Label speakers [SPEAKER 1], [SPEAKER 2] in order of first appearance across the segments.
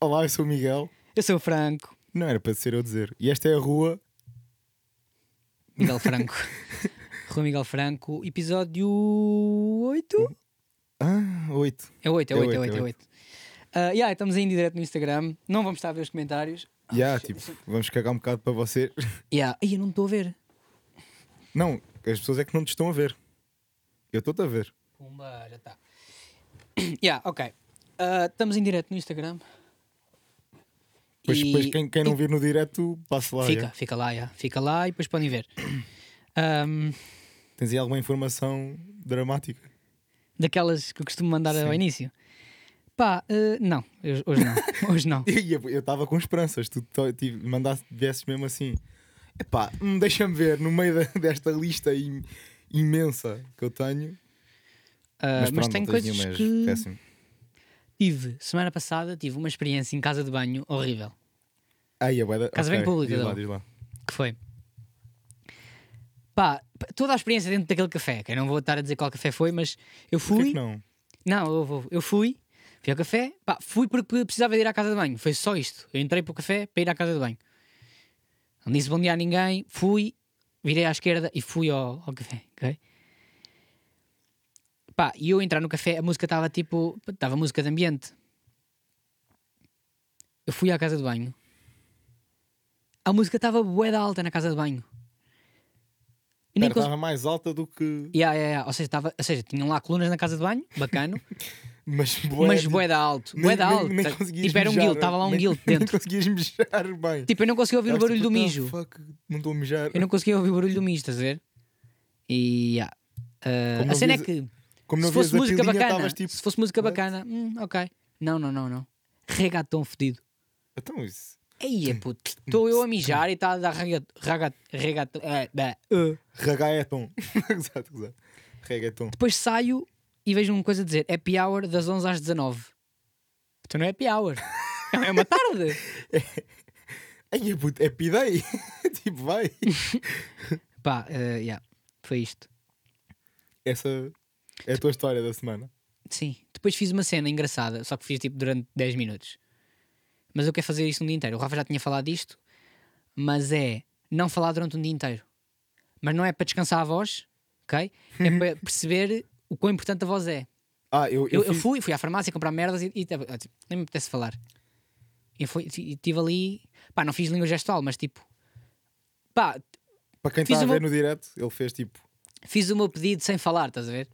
[SPEAKER 1] Olá, eu sou o Miguel.
[SPEAKER 2] Eu sou o Franco.
[SPEAKER 1] Não era para ser eu dizer. E esta é a rua.
[SPEAKER 2] Miguel Franco. Rua Miguel Franco, episódio 8?
[SPEAKER 1] Ah, 8.
[SPEAKER 2] É 8, é
[SPEAKER 1] É
[SPEAKER 2] 8, é
[SPEAKER 1] oito,
[SPEAKER 2] 8,
[SPEAKER 1] é
[SPEAKER 2] é 8. yeah, estamos ainda em direto no Instagram. Não vamos estar a ver os comentários.
[SPEAKER 1] Já, tipo, vamos cagar um bocado para você.
[SPEAKER 2] Yeah. Ai, eu não estou a ver.
[SPEAKER 1] Não, as pessoas é que não te estão a ver. Eu estou-te a ver.
[SPEAKER 2] Pumba, já está. Yeah, ok. Ah, estamos em direto no Instagram.
[SPEAKER 1] Pois,
[SPEAKER 2] E-
[SPEAKER 1] pois quem, quem não vir no direto, passa lá.
[SPEAKER 2] Fica,
[SPEAKER 1] já.
[SPEAKER 2] fica lá, yeah. fica lá e depois podem ver. Ahm,
[SPEAKER 1] Tens aí alguma informação dramática?
[SPEAKER 2] daquelas que eu costumo mandar ao
[SPEAKER 1] Sim.
[SPEAKER 2] início. Pá, eh, não, hoje hoje não. Hoje não.
[SPEAKER 1] E Eu estava com esperanças, tu to- ti- mandaste, viesses mesmo assim. Epá, hum, deixa-me ver no meio da- desta lista im- imensa que eu tenho.
[SPEAKER 2] Ah, mas
[SPEAKER 1] pronto,
[SPEAKER 2] tem
[SPEAKER 1] não tens
[SPEAKER 2] coisas
[SPEAKER 1] nenhuma, és
[SPEAKER 2] que
[SPEAKER 1] péssimo.
[SPEAKER 2] tive. Semana passada tive uma experiência em casa de banho horrível.
[SPEAKER 1] Ai, é a boeda.
[SPEAKER 2] Casa bem pública, então.
[SPEAKER 1] Diz lá,
[SPEAKER 2] não?
[SPEAKER 1] diz lá.
[SPEAKER 2] Que foi? Pá, p- toda a experiência dentro daquele café, que eu não vou estar a dizer qual café foi, mas eu
[SPEAKER 1] Porquê
[SPEAKER 2] fui.
[SPEAKER 1] que não?
[SPEAKER 2] Não, eu, vou, eu fui, fui ao café, pá, fui porque precisava de ir à casa de banho. Foi só isto. Eu entrei para o café para ir à casa de banho. Não disse bom dia a ninguém, fui, virei à esquerda e fui ao, ao café, ok? Pá, e eu entrar no café, a música estava tipo. Estava música de ambiente. Eu fui à casa de banho. A música estava bué da alta na casa de banho. Eu nem
[SPEAKER 1] Pera,
[SPEAKER 2] cons-
[SPEAKER 1] Estava mais alta do que.
[SPEAKER 2] Yeah, yeah, yeah. Ou, seja, tava, ou seja, tinham lá colunas na casa de banho, bacana.
[SPEAKER 1] Mas
[SPEAKER 2] mas
[SPEAKER 1] tipo,
[SPEAKER 2] boeda alto,
[SPEAKER 1] nem-
[SPEAKER 2] boeda
[SPEAKER 1] nem-
[SPEAKER 2] alto.
[SPEAKER 1] nem
[SPEAKER 2] tá-
[SPEAKER 1] conseguias
[SPEAKER 2] tipo, era um
[SPEAKER 1] mijar, né?
[SPEAKER 2] guild, estava lá um
[SPEAKER 1] nem-
[SPEAKER 2] guild
[SPEAKER 1] nem
[SPEAKER 2] dentro.
[SPEAKER 1] conseguias mijar bem.
[SPEAKER 2] Tipo, eu não conseguia ouvir o
[SPEAKER 1] Estavas
[SPEAKER 2] barulho do
[SPEAKER 1] tipo, "Ah,
[SPEAKER 2] mijo.
[SPEAKER 1] fuck, não estou a mijar.
[SPEAKER 2] Eu não conseguia ouvir o barulho do mijo, estás a ver? E yeah. Ah,
[SPEAKER 1] Como
[SPEAKER 2] a
[SPEAKER 1] não
[SPEAKER 2] cena é
[SPEAKER 1] vias-
[SPEAKER 2] que
[SPEAKER 1] Como não
[SPEAKER 2] se fosse
[SPEAKER 1] vias a
[SPEAKER 2] música
[SPEAKER 1] pilinha,
[SPEAKER 2] bacana,
[SPEAKER 1] estavas tipo.
[SPEAKER 2] se fosse música
[SPEAKER 1] "What?"
[SPEAKER 2] bacana, hum, ok. Não, não, não, não. Regatão fedido.
[SPEAKER 1] Então isso.
[SPEAKER 2] Aí é puto, estou eu a mijar e está a dar regatão. Ah.
[SPEAKER 1] Reggaeton. exato, exato. Reggaeton.
[SPEAKER 2] Depois saio e vejo uma coisa a dizer: happy hour das 11 às 19. Então não é happy hour. É uma tarde.
[SPEAKER 1] Ai, é puto, é pidei. tipo, vai.
[SPEAKER 2] Pá, eh, yeah, foi isto.
[SPEAKER 1] Essa é a tua história da semana.
[SPEAKER 2] Sim. Depois fiz uma cena engraçada, só que fiz tipo durante 10 minutos. Mas eu quero fazer isto um dia inteiro. O Rafa já tinha falado disto, mas é não falar durante um dia inteiro. Mas não é para descansar a voz, ok? É para perceber o quão importante a voz é.
[SPEAKER 1] Ah, eu,
[SPEAKER 2] Eu,
[SPEAKER 1] eu,
[SPEAKER 2] eu
[SPEAKER 1] fiz-
[SPEAKER 2] fui, fui à farmácia comprar merdas e, e tava- ah, tipo, nem me apetece falar. E foi- e estive ali. Pá, não fiz língua gestual, mas tipo. Pá,
[SPEAKER 1] Para quem
[SPEAKER 2] fiz
[SPEAKER 1] está a
[SPEAKER 2] uma-
[SPEAKER 1] ver no direto, ele fez tipo.
[SPEAKER 2] fiz o meu pedido sem falar, estás a ver?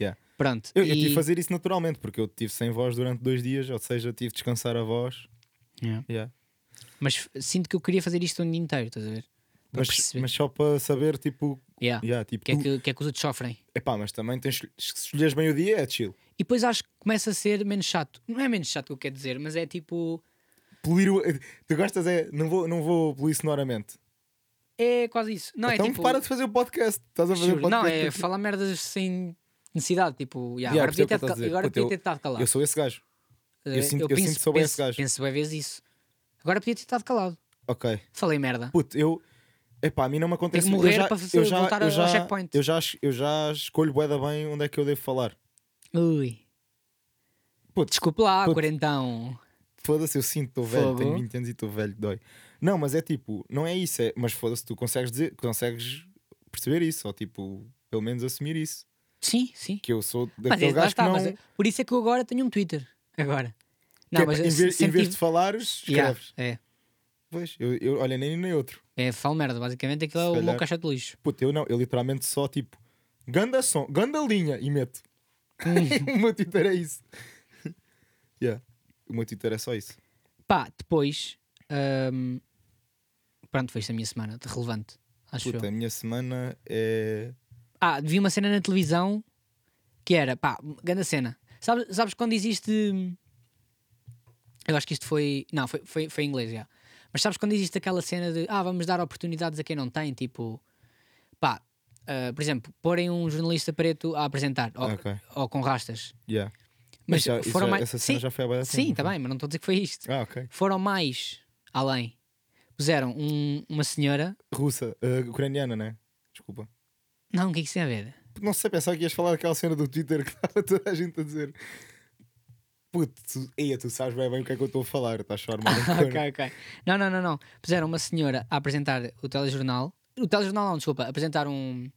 [SPEAKER 1] Yeah.
[SPEAKER 2] Pronto.
[SPEAKER 1] Eu, eu tive
[SPEAKER 2] e-
[SPEAKER 1] de fazer isso naturalmente, porque eu tive sem voz durante dois dias, ou seja, tive de descansar a voz.
[SPEAKER 2] Yeah.
[SPEAKER 1] Yeah.
[SPEAKER 2] Mas f- sinto que eu queria fazer isto um dia inteiro, estás a ver? Para
[SPEAKER 1] Mas,
[SPEAKER 2] perceber.
[SPEAKER 1] mas só para saber, tipo.
[SPEAKER 2] Yeah.
[SPEAKER 1] Yeah, tipo
[SPEAKER 2] Que, é
[SPEAKER 1] tu-
[SPEAKER 2] que, que é que os outros sofrem.
[SPEAKER 1] Epá, mas também tens, se escolheres bem o dia, é chill.
[SPEAKER 2] E depois acho que começa a ser menos chato. Não é menos chato que eu quero dizer, mas é tipo.
[SPEAKER 1] Polir o. eh, Tu gostas é. Não vou, não vou polir sonoramente.
[SPEAKER 2] É quase isso. Não
[SPEAKER 1] então
[SPEAKER 2] é tipo.
[SPEAKER 1] para de fazer o podcast. Estás a fazer o
[SPEAKER 2] juro,
[SPEAKER 1] podcast.
[SPEAKER 2] não, é
[SPEAKER 1] porque-
[SPEAKER 2] falar merdas sem necessidade. Tipo, yeah,
[SPEAKER 1] Yeah,
[SPEAKER 2] agora devia
[SPEAKER 1] percebo o que
[SPEAKER 2] ter,
[SPEAKER 1] estás a
[SPEAKER 2] cal-
[SPEAKER 1] dizer.
[SPEAKER 2] agora
[SPEAKER 1] Puta,
[SPEAKER 2] devia
[SPEAKER 1] eu-
[SPEAKER 2] ter estado calado.
[SPEAKER 1] Eu sou esse gajo.
[SPEAKER 2] Eh,
[SPEAKER 1] eu sinto- eu sinto que sou bem esse gajo.
[SPEAKER 2] Penso bem vezes isso. Agora podia ter estado calado.
[SPEAKER 1] Ok.
[SPEAKER 2] Falei merda.
[SPEAKER 1] Puto, eu. Epá, a mim não me acontece
[SPEAKER 2] Tem que morrer
[SPEAKER 1] eu já,
[SPEAKER 2] para
[SPEAKER 1] eu
[SPEAKER 2] fazer-
[SPEAKER 1] já,
[SPEAKER 2] voltar
[SPEAKER 1] eu
[SPEAKER 2] ao
[SPEAKER 1] já,
[SPEAKER 2] checkpoint.
[SPEAKER 1] Eu já, es- eu já escolho bué da bem onde é que eu devo falar.
[SPEAKER 2] Ui.
[SPEAKER 1] Puto,
[SPEAKER 2] Desculpe lá,
[SPEAKER 1] Puto.
[SPEAKER 2] quarentão.
[SPEAKER 1] foda-se, eu sinto, estou velho,
[SPEAKER 2] Fogo.
[SPEAKER 1] tenho 20 anos e estou velho, dói. Não, mas é tipo, não é isso, é, mas foda-se, tu consegues dizer, consegues perceber isso, ou tipo, pelo menos assumir isso.
[SPEAKER 2] Sim, sim.
[SPEAKER 1] Que eu sou
[SPEAKER 2] Mas
[SPEAKER 1] daquele
[SPEAKER 2] é, lá
[SPEAKER 1] gajo
[SPEAKER 2] está,
[SPEAKER 1] que não.
[SPEAKER 2] mas é- por isso é que eu agora tenho um Twitter. Agora.
[SPEAKER 1] que
[SPEAKER 2] Não,
[SPEAKER 1] é,
[SPEAKER 2] mas
[SPEAKER 1] em
[SPEAKER 2] eu
[SPEAKER 1] vez, em
[SPEAKER 2] sempre
[SPEAKER 1] vez
[SPEAKER 2] tive-
[SPEAKER 1] de falar, escreves.
[SPEAKER 2] Yeah, é.
[SPEAKER 1] Pois, eu, eu, olha, nem nem outro.
[SPEAKER 2] É, falo merda, basicamente aquilo é
[SPEAKER 1] Se
[SPEAKER 2] o meu
[SPEAKER 1] calhar.
[SPEAKER 2] caixote de lixo.
[SPEAKER 1] Puto, eu não, eu literalmente só tipo, ganda som, ganda linha e meto.
[SPEAKER 2] Hum.
[SPEAKER 1] o meu Twitter é isso. yeah. O meu Twitter é só isso.
[SPEAKER 2] Pá, depois. hum, pronto, foi isto a minha semana, de relevante. Acho
[SPEAKER 1] Puta,
[SPEAKER 2] eu.
[SPEAKER 1] a minha semana é.
[SPEAKER 2] Ah, vi uma cena na televisão que era, pá, grande cena. Sabes, sabes quando existe. hum, Eu acho que isto foi. Não, foi, foi, foi em inglês já. Mas sabes quando existe aquela cena de ah, vamos dar oportunidades a quem não tem? Tipo, pá, ah, por exemplo, porem um jornalista preto a apresentar ou,
[SPEAKER 1] Ok.
[SPEAKER 2] ou com rastas.
[SPEAKER 1] Yeah.
[SPEAKER 2] Mas,
[SPEAKER 1] já- isso
[SPEAKER 2] foram
[SPEAKER 1] já-
[SPEAKER 2] mais.
[SPEAKER 1] Essa cena
[SPEAKER 2] sim,
[SPEAKER 1] já foi a
[SPEAKER 2] sim, está bem, mas não estou a dizer que foi isto.
[SPEAKER 1] Ah, ok.
[SPEAKER 2] foram mais além. Puseram um- uma senhora.
[SPEAKER 1] Russa, eh, ucraniana, né? Desculpa.
[SPEAKER 2] Não, o que é que isso tem a ver?
[SPEAKER 1] Não sei, pensava que ias falar daquela cena do Twitter que estava toda a gente a dizer. Puto, tu, eia, tu sabes bem, bem o que é que eu estou a falar, estás só armado. em
[SPEAKER 2] Ah,
[SPEAKER 1] cor.
[SPEAKER 2] ok, ok. Não, não, não, não. Puseram uma senhora a apresentar o telejornal. O telejornal não, desculpa, a apresentar um,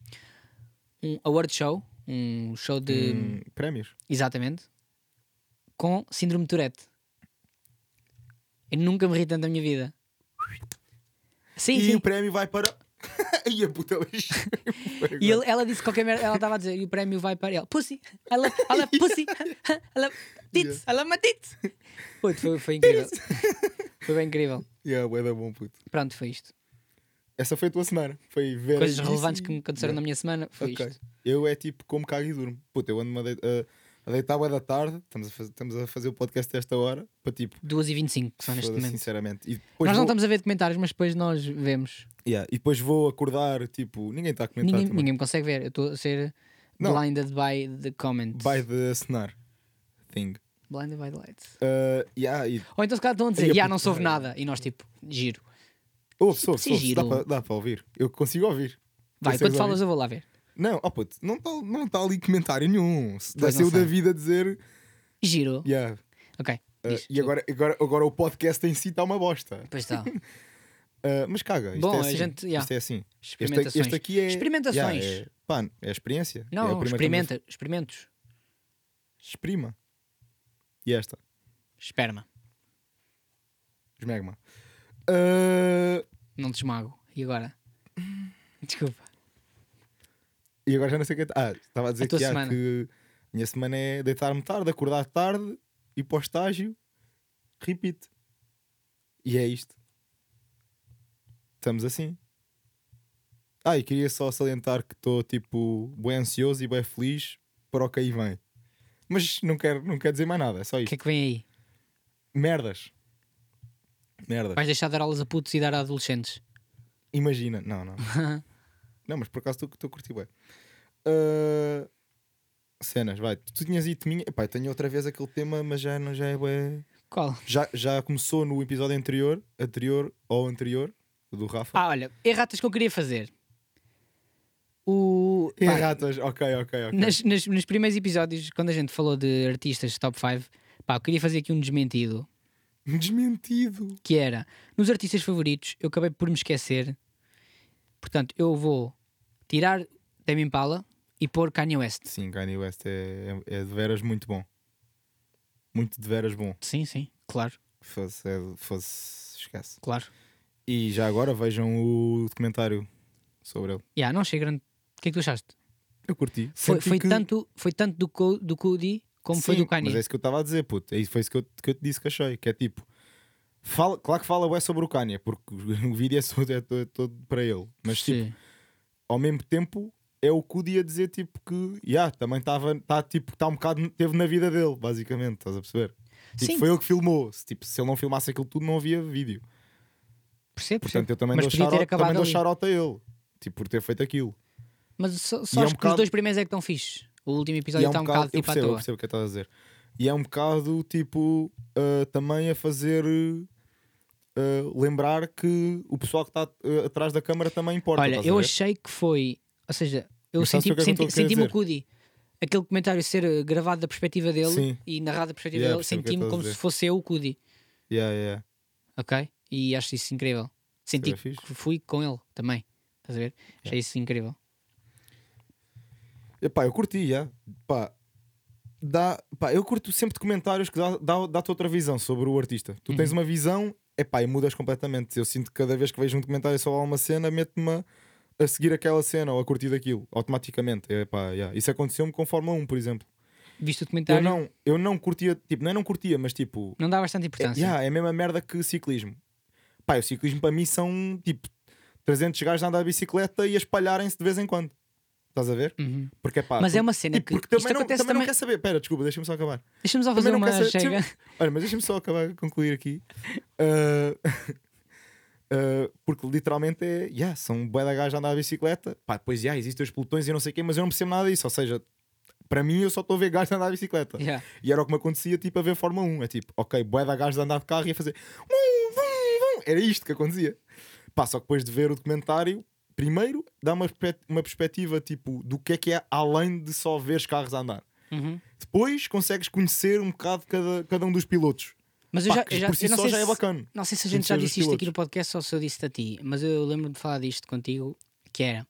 [SPEAKER 2] um award show, um show de.
[SPEAKER 1] Hum, prémios.
[SPEAKER 2] Exatamente. Com síndrome de Tourette. Eu nunca me ri tanto na minha vida. Sim,
[SPEAKER 1] E
[SPEAKER 2] sim.
[SPEAKER 1] o prémio vai para. Eia, puta, mas-
[SPEAKER 2] E ele- ela disse qualquer merda, ela estava a dizer, e o prémio vai para ele. Pussy! I love, I love pussy! I love tits! I love my tits! Puto, foi, foi incrível. Foi bem incrível.
[SPEAKER 1] Yeah, é, bué da bom, puto.
[SPEAKER 2] Pronto, foi isto.
[SPEAKER 1] Essa foi a tua semana. Foi ver.
[SPEAKER 2] Coisas
[SPEAKER 1] isso
[SPEAKER 2] relevantes
[SPEAKER 1] e-
[SPEAKER 2] que me aconteceram
[SPEAKER 1] Yeah.
[SPEAKER 2] na minha semana, foi
[SPEAKER 1] Ok.
[SPEAKER 2] isto.
[SPEAKER 1] Eu é tipo como cago e durmo. Puta, eu ando-me a, deit- a, a deitar bué da tarde. Estamos a, faz- estamos a fazer o podcast esta hora. Para tipo.
[SPEAKER 2] 2h25, só neste
[SPEAKER 1] foda-se,
[SPEAKER 2] momento.
[SPEAKER 1] Sinceramente. E
[SPEAKER 2] Nós
[SPEAKER 1] depois,
[SPEAKER 2] não
[SPEAKER 1] vou,
[SPEAKER 2] estamos a ver documentários, mas depois nós vemos.
[SPEAKER 1] Yeah, e depois vou acordar, tipo, ninguém está a comentar
[SPEAKER 2] Ninguém,
[SPEAKER 1] também.
[SPEAKER 2] ninguém me consegue ver. Eu estou a ser
[SPEAKER 1] Não.
[SPEAKER 2] blinded by the comments.
[SPEAKER 1] By the assinar thing.
[SPEAKER 2] Blinded by the lights.
[SPEAKER 1] Uh, yeah, e.
[SPEAKER 2] Ou então se calhar estão a
[SPEAKER 1] Aí
[SPEAKER 2] dizer,
[SPEAKER 1] a é-
[SPEAKER 2] já
[SPEAKER 1] puta-
[SPEAKER 2] não soube nada. E nós tipo, giro.
[SPEAKER 1] Ouve, ouve,
[SPEAKER 2] Sim,
[SPEAKER 1] ouve, dá
[SPEAKER 2] é giro.
[SPEAKER 1] para- Dá para ouvir. Eu consigo ouvir.
[SPEAKER 2] Vai,
[SPEAKER 1] Consegues
[SPEAKER 2] quando falas eu vou lá ver.
[SPEAKER 1] Não, ó puto, não está não tá ali comentário nenhum. Se- Deve
[SPEAKER 2] Pois
[SPEAKER 1] ser
[SPEAKER 2] não
[SPEAKER 1] o
[SPEAKER 2] sei.
[SPEAKER 1] David a dizer.
[SPEAKER 2] Giro.
[SPEAKER 1] Yeah.
[SPEAKER 2] Ok.
[SPEAKER 1] uh,
[SPEAKER 2] diz,
[SPEAKER 1] e agora, agora, agora o podcast em si está uma bosta.
[SPEAKER 2] Pois tá. está.
[SPEAKER 1] Uh, mas caga, isto
[SPEAKER 2] Bom,
[SPEAKER 1] é
[SPEAKER 2] a
[SPEAKER 1] assim.
[SPEAKER 2] gente- yeah.
[SPEAKER 1] Isto é assim. Este-
[SPEAKER 2] Experimentações.
[SPEAKER 1] Este, aqui é.
[SPEAKER 2] Experimentações.
[SPEAKER 1] yeah, é, pá, é experiência. é a
[SPEAKER 2] Não,
[SPEAKER 1] primeira
[SPEAKER 2] experimenta, experimentos.
[SPEAKER 1] que me- Exprima. E esta.
[SPEAKER 2] Esperma.
[SPEAKER 1] Esmegma. Uh,
[SPEAKER 2] Não te esmago. E agora? Desculpa.
[SPEAKER 1] e agora já não sei o que. é- Ah, estava a dizer
[SPEAKER 2] A tua
[SPEAKER 1] que, há
[SPEAKER 2] semana.
[SPEAKER 1] que a minha semana é deitar-me tarde, acordar tarde, ir para o estágio, repeat. E é isto. Estamos assim. Ah, e queria só salientar que estou tipo bem ansioso e bem feliz para o que aí vem. Mas não quero, não quero dizer mais nada, é só
[SPEAKER 2] O que
[SPEAKER 1] isto.
[SPEAKER 2] é que vem aí?
[SPEAKER 1] Merdas. Merdas.
[SPEAKER 2] Vais deixar de dar aulas a putos e dar a adolescentes.
[SPEAKER 1] Imagina. Não, não. Não, mas por acaso estou- estou a curtir bem. cenas, vai. Tu tinhas dito minha. Epá, eu tenho outra vez aquele tema, mas já, não, já é bué.
[SPEAKER 2] Qual?
[SPEAKER 1] Já, já começou no episódio anterior, anterior ou anterior, do Rafa.
[SPEAKER 2] Ah, olha, erratas que eu queria fazer. O.
[SPEAKER 1] e
[SPEAKER 2] pá,
[SPEAKER 1] Ah, ratas, ok, ok, ok.
[SPEAKER 2] nas, nas- nos primeiros episódios, quando a gente falou de artistas top 5, pá, eu queria fazer aqui um desmentido.
[SPEAKER 1] Desmentido.
[SPEAKER 2] que era nos artistas favoritos, eu acabei por me esquecer. Portanto, eu vou tirar Tame Impala e pôr Kanye West.
[SPEAKER 1] Sim, Kanye West é, é, é de veras muito bom. Muito de veras bom.
[SPEAKER 2] Sim, sim, claro,
[SPEAKER 1] Fosse, é- fosse- esquece.
[SPEAKER 2] claro.
[SPEAKER 1] E já agora vejam o documentário sobre ele.
[SPEAKER 2] Yeah, não achei grande. O que é que tu achaste?
[SPEAKER 1] Eu curti.
[SPEAKER 2] Foi,
[SPEAKER 1] Senti
[SPEAKER 2] foi
[SPEAKER 1] que-
[SPEAKER 2] tanto, foi tanto do, Co- do Cody como foi
[SPEAKER 1] Sim,
[SPEAKER 2] do Kanye.
[SPEAKER 1] Mas é isso que eu estava a dizer, puto. É isso- Foi isso que eu, que eu te disse que achei. Que é tipo, fala, claro que fala é sobre o Kanye, porque o vídeo é todo, é todo, todo para ele. Mas tipo,
[SPEAKER 2] Sim.
[SPEAKER 1] ao mesmo tempo é o que o dia dizer tipo que yeah, também estava, tá, tipo, tá um bocado, teve na vida dele, basicamente, estás a perceber? Tipo,
[SPEAKER 2] Sim.
[SPEAKER 1] Foi ele que filmou. Se, tipo, se ele não filmasse aquilo tudo, não havia vídeo.
[SPEAKER 2] percebo,
[SPEAKER 1] Portanto,
[SPEAKER 2] percebo.
[SPEAKER 1] eu também
[SPEAKER 2] mas
[SPEAKER 1] dou
[SPEAKER 2] podia ter
[SPEAKER 1] charote,
[SPEAKER 2] acabado
[SPEAKER 1] também dou
[SPEAKER 2] ali.
[SPEAKER 1] charote a ele. Tipo, por ter feito aquilo.
[SPEAKER 2] Mas só,
[SPEAKER 1] E
[SPEAKER 2] só
[SPEAKER 1] é um
[SPEAKER 2] acho que
[SPEAKER 1] bocado-
[SPEAKER 2] os dois primeiros é que estão fixes. O último episódio
[SPEAKER 1] é
[SPEAKER 2] está um bocado, tipo
[SPEAKER 1] eu
[SPEAKER 2] à
[SPEAKER 1] percebo, eu
[SPEAKER 2] toa.
[SPEAKER 1] percebo o que estás a dizer. E é um bocado tipo uh, também a fazer uh, uh, lembrar que o pessoal que está uh, atrás da câmara também importa.
[SPEAKER 2] Olha,
[SPEAKER 1] estás a
[SPEAKER 2] eu
[SPEAKER 1] ver?
[SPEAKER 2] achei que foi. Ou seja, eu
[SPEAKER 1] Mas sabes
[SPEAKER 2] senti,
[SPEAKER 1] o que é que eu
[SPEAKER 2] senti,
[SPEAKER 1] estou a querer
[SPEAKER 2] senti-me o
[SPEAKER 1] dizer?
[SPEAKER 2] Cudi. Aquele comentário ser eh, gravado da perspectiva dele
[SPEAKER 1] Sim.
[SPEAKER 2] e narrado da perspectiva
[SPEAKER 1] Yeah,
[SPEAKER 2] dele,
[SPEAKER 1] percebo o que é que
[SPEAKER 2] senti-me
[SPEAKER 1] estás a
[SPEAKER 2] como
[SPEAKER 1] dizer.
[SPEAKER 2] se fosse eu o Cudi.
[SPEAKER 1] Yeah, yeah.
[SPEAKER 2] Ok? E acho isso incrível. Senti
[SPEAKER 1] era é fixe.
[SPEAKER 2] que fui com ele também. Estás a ver? Achei isso incrível.
[SPEAKER 1] Epá, eu curti, yeah. Pá, dá, pá, eu curto sempre documentários que dá- dá- dá-te outra visão sobre o artista. Tu
[SPEAKER 2] Uhum.
[SPEAKER 1] tens uma visão, epá, e mudas completamente. Eu sinto que cada vez que vejo um documentário sobre uma cena, meto-me a- a seguir aquela cena ou a curtir daquilo, automaticamente. Epá, yeah. Isso aconteceu-me com Fórmula 1, por exemplo.
[SPEAKER 2] Viste o
[SPEAKER 1] Eu
[SPEAKER 2] comentário? Não...
[SPEAKER 1] não, eu não curtia, tipo, não é não curtia, mas tipo,
[SPEAKER 2] dá bastante
[SPEAKER 1] é,
[SPEAKER 2] importância.
[SPEAKER 1] yeah, é a mesma merda que ciclismo. Pá, o ciclismo para mim são tipo 300 gajos a andar de bicicleta e a espalharem-se de vez em quando. Estás a ver?
[SPEAKER 2] Uhum.
[SPEAKER 1] Porque pá,
[SPEAKER 2] Mas
[SPEAKER 1] tu-
[SPEAKER 2] é uma cena
[SPEAKER 1] tipo,
[SPEAKER 2] que-
[SPEAKER 1] porque
[SPEAKER 2] isto
[SPEAKER 1] também, não,
[SPEAKER 2] acontece
[SPEAKER 1] também, não
[SPEAKER 2] também-
[SPEAKER 1] quer saber. Pera, desculpa, deixa-me só acabar.
[SPEAKER 2] Deixa-me só
[SPEAKER 1] Também
[SPEAKER 2] fazer
[SPEAKER 1] não
[SPEAKER 2] uma
[SPEAKER 1] quer saber.
[SPEAKER 2] chega.
[SPEAKER 1] Deixa-me- Olha, mas deixa-me só acabar, concluir aqui. Ah, ah, porque literalmente é, yeah, são bué de gajos a andar de bicicleta. Pá, depois yeah, existem os pelotões e não sei o quê, mas eu não percebo nada disso. Ou seja, para mim eu só estou a ver gajos a andar de bicicleta.
[SPEAKER 2] Yeah.
[SPEAKER 1] E era o que me acontecia tipo a ver Fórmula 1. É tipo, ok, bué da gajo de andar de carro e a fazer vum, vum, vum. Era isto que acontecia. Pá, só que depois de ver o documentário, primeiro dá uma, perspe- uma perspectiva tipo do que é que é além de só ver os carros a andar.
[SPEAKER 2] Uhum.
[SPEAKER 1] Depois consegues conhecer um bocado cada, cada um dos pilotos.
[SPEAKER 2] Mas eu
[SPEAKER 1] Pá,
[SPEAKER 2] já,
[SPEAKER 1] que
[SPEAKER 2] eu já,
[SPEAKER 1] por si
[SPEAKER 2] eu não
[SPEAKER 1] só
[SPEAKER 2] sei
[SPEAKER 1] já é
[SPEAKER 2] se-
[SPEAKER 1] bacana.
[SPEAKER 2] Não sei se a gente
[SPEAKER 1] Conhecer
[SPEAKER 2] já
[SPEAKER 1] os
[SPEAKER 2] disse isto aqui
[SPEAKER 1] pilotos.
[SPEAKER 2] no podcast ou se eu disse-te a ti, mas eu lembro de falar disto contigo, que era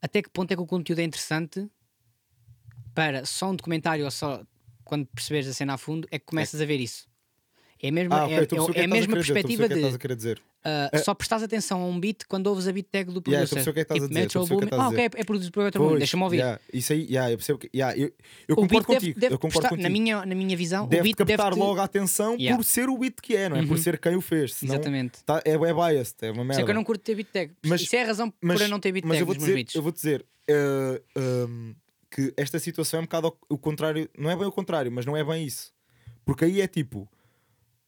[SPEAKER 2] até que ponto é que o conteúdo é interessante para só um documentário ou só quando perceberes a cena a fundo é que começas a ver isso. É a mesma,
[SPEAKER 1] Ah, ok,
[SPEAKER 2] é-
[SPEAKER 1] estou a perceber o que
[SPEAKER 2] é,
[SPEAKER 1] é
[SPEAKER 2] a
[SPEAKER 1] que estás
[SPEAKER 2] mesma
[SPEAKER 1] a querer dizer, estou a perceber
[SPEAKER 2] perspectiva
[SPEAKER 1] o que é que estás
[SPEAKER 2] de
[SPEAKER 1] a querer dizer.
[SPEAKER 2] ah, só prestas atenção a um beat quando ouves a beat tag do
[SPEAKER 1] Yeah,
[SPEAKER 2] producer.
[SPEAKER 1] estou a perceber o que é que estás a
[SPEAKER 2] tipo,
[SPEAKER 1] dizer, estou a
[SPEAKER 2] Metro
[SPEAKER 1] perceber o que é que
[SPEAKER 2] Boomin.
[SPEAKER 1] estás a
[SPEAKER 2] Ah,
[SPEAKER 1] dizer.
[SPEAKER 2] ok, é produzido por Metro Boomin,
[SPEAKER 1] Pois,
[SPEAKER 2] deixa-me ouvir.
[SPEAKER 1] yeah, isso aí, yeah, eu percebo que. yeah, eu eu
[SPEAKER 2] o beat
[SPEAKER 1] concordo
[SPEAKER 2] deve,
[SPEAKER 1] contigo.
[SPEAKER 2] deve
[SPEAKER 1] eu concordo
[SPEAKER 2] prestar-
[SPEAKER 1] contigo.
[SPEAKER 2] na minha, na minha visão, o
[SPEAKER 1] deve
[SPEAKER 2] beat deve
[SPEAKER 1] captar
[SPEAKER 2] te-
[SPEAKER 1] logo a atenção
[SPEAKER 2] Yeah. Uhum.
[SPEAKER 1] por ser o beat que é, não é? Por ser quem o fez. Senão
[SPEAKER 2] Exatamente.
[SPEAKER 1] tá- é, é biased, é uma
[SPEAKER 2] Por
[SPEAKER 1] merda.
[SPEAKER 2] isso é que eu não curto ter beat tag.
[SPEAKER 1] Mas-
[SPEAKER 2] Isso é a razão por eu não ter beat
[SPEAKER 1] mas
[SPEAKER 2] tag
[SPEAKER 1] eu vou
[SPEAKER 2] nos
[SPEAKER 1] dizer,
[SPEAKER 2] meus beats.
[SPEAKER 1] eu vou dizer eh, ehm, que esta situação é um bocado ao- o contrário, não é bem o contrário, mas não é bem isso. Porque aí é tipo,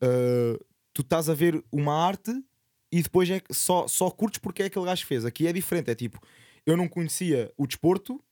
[SPEAKER 1] eh, tu estás a ver uma arte e depois é que só, só curtes porque é aquele gajo que fez. Aqui é diferente, é tipo, eu não conhecia o desporto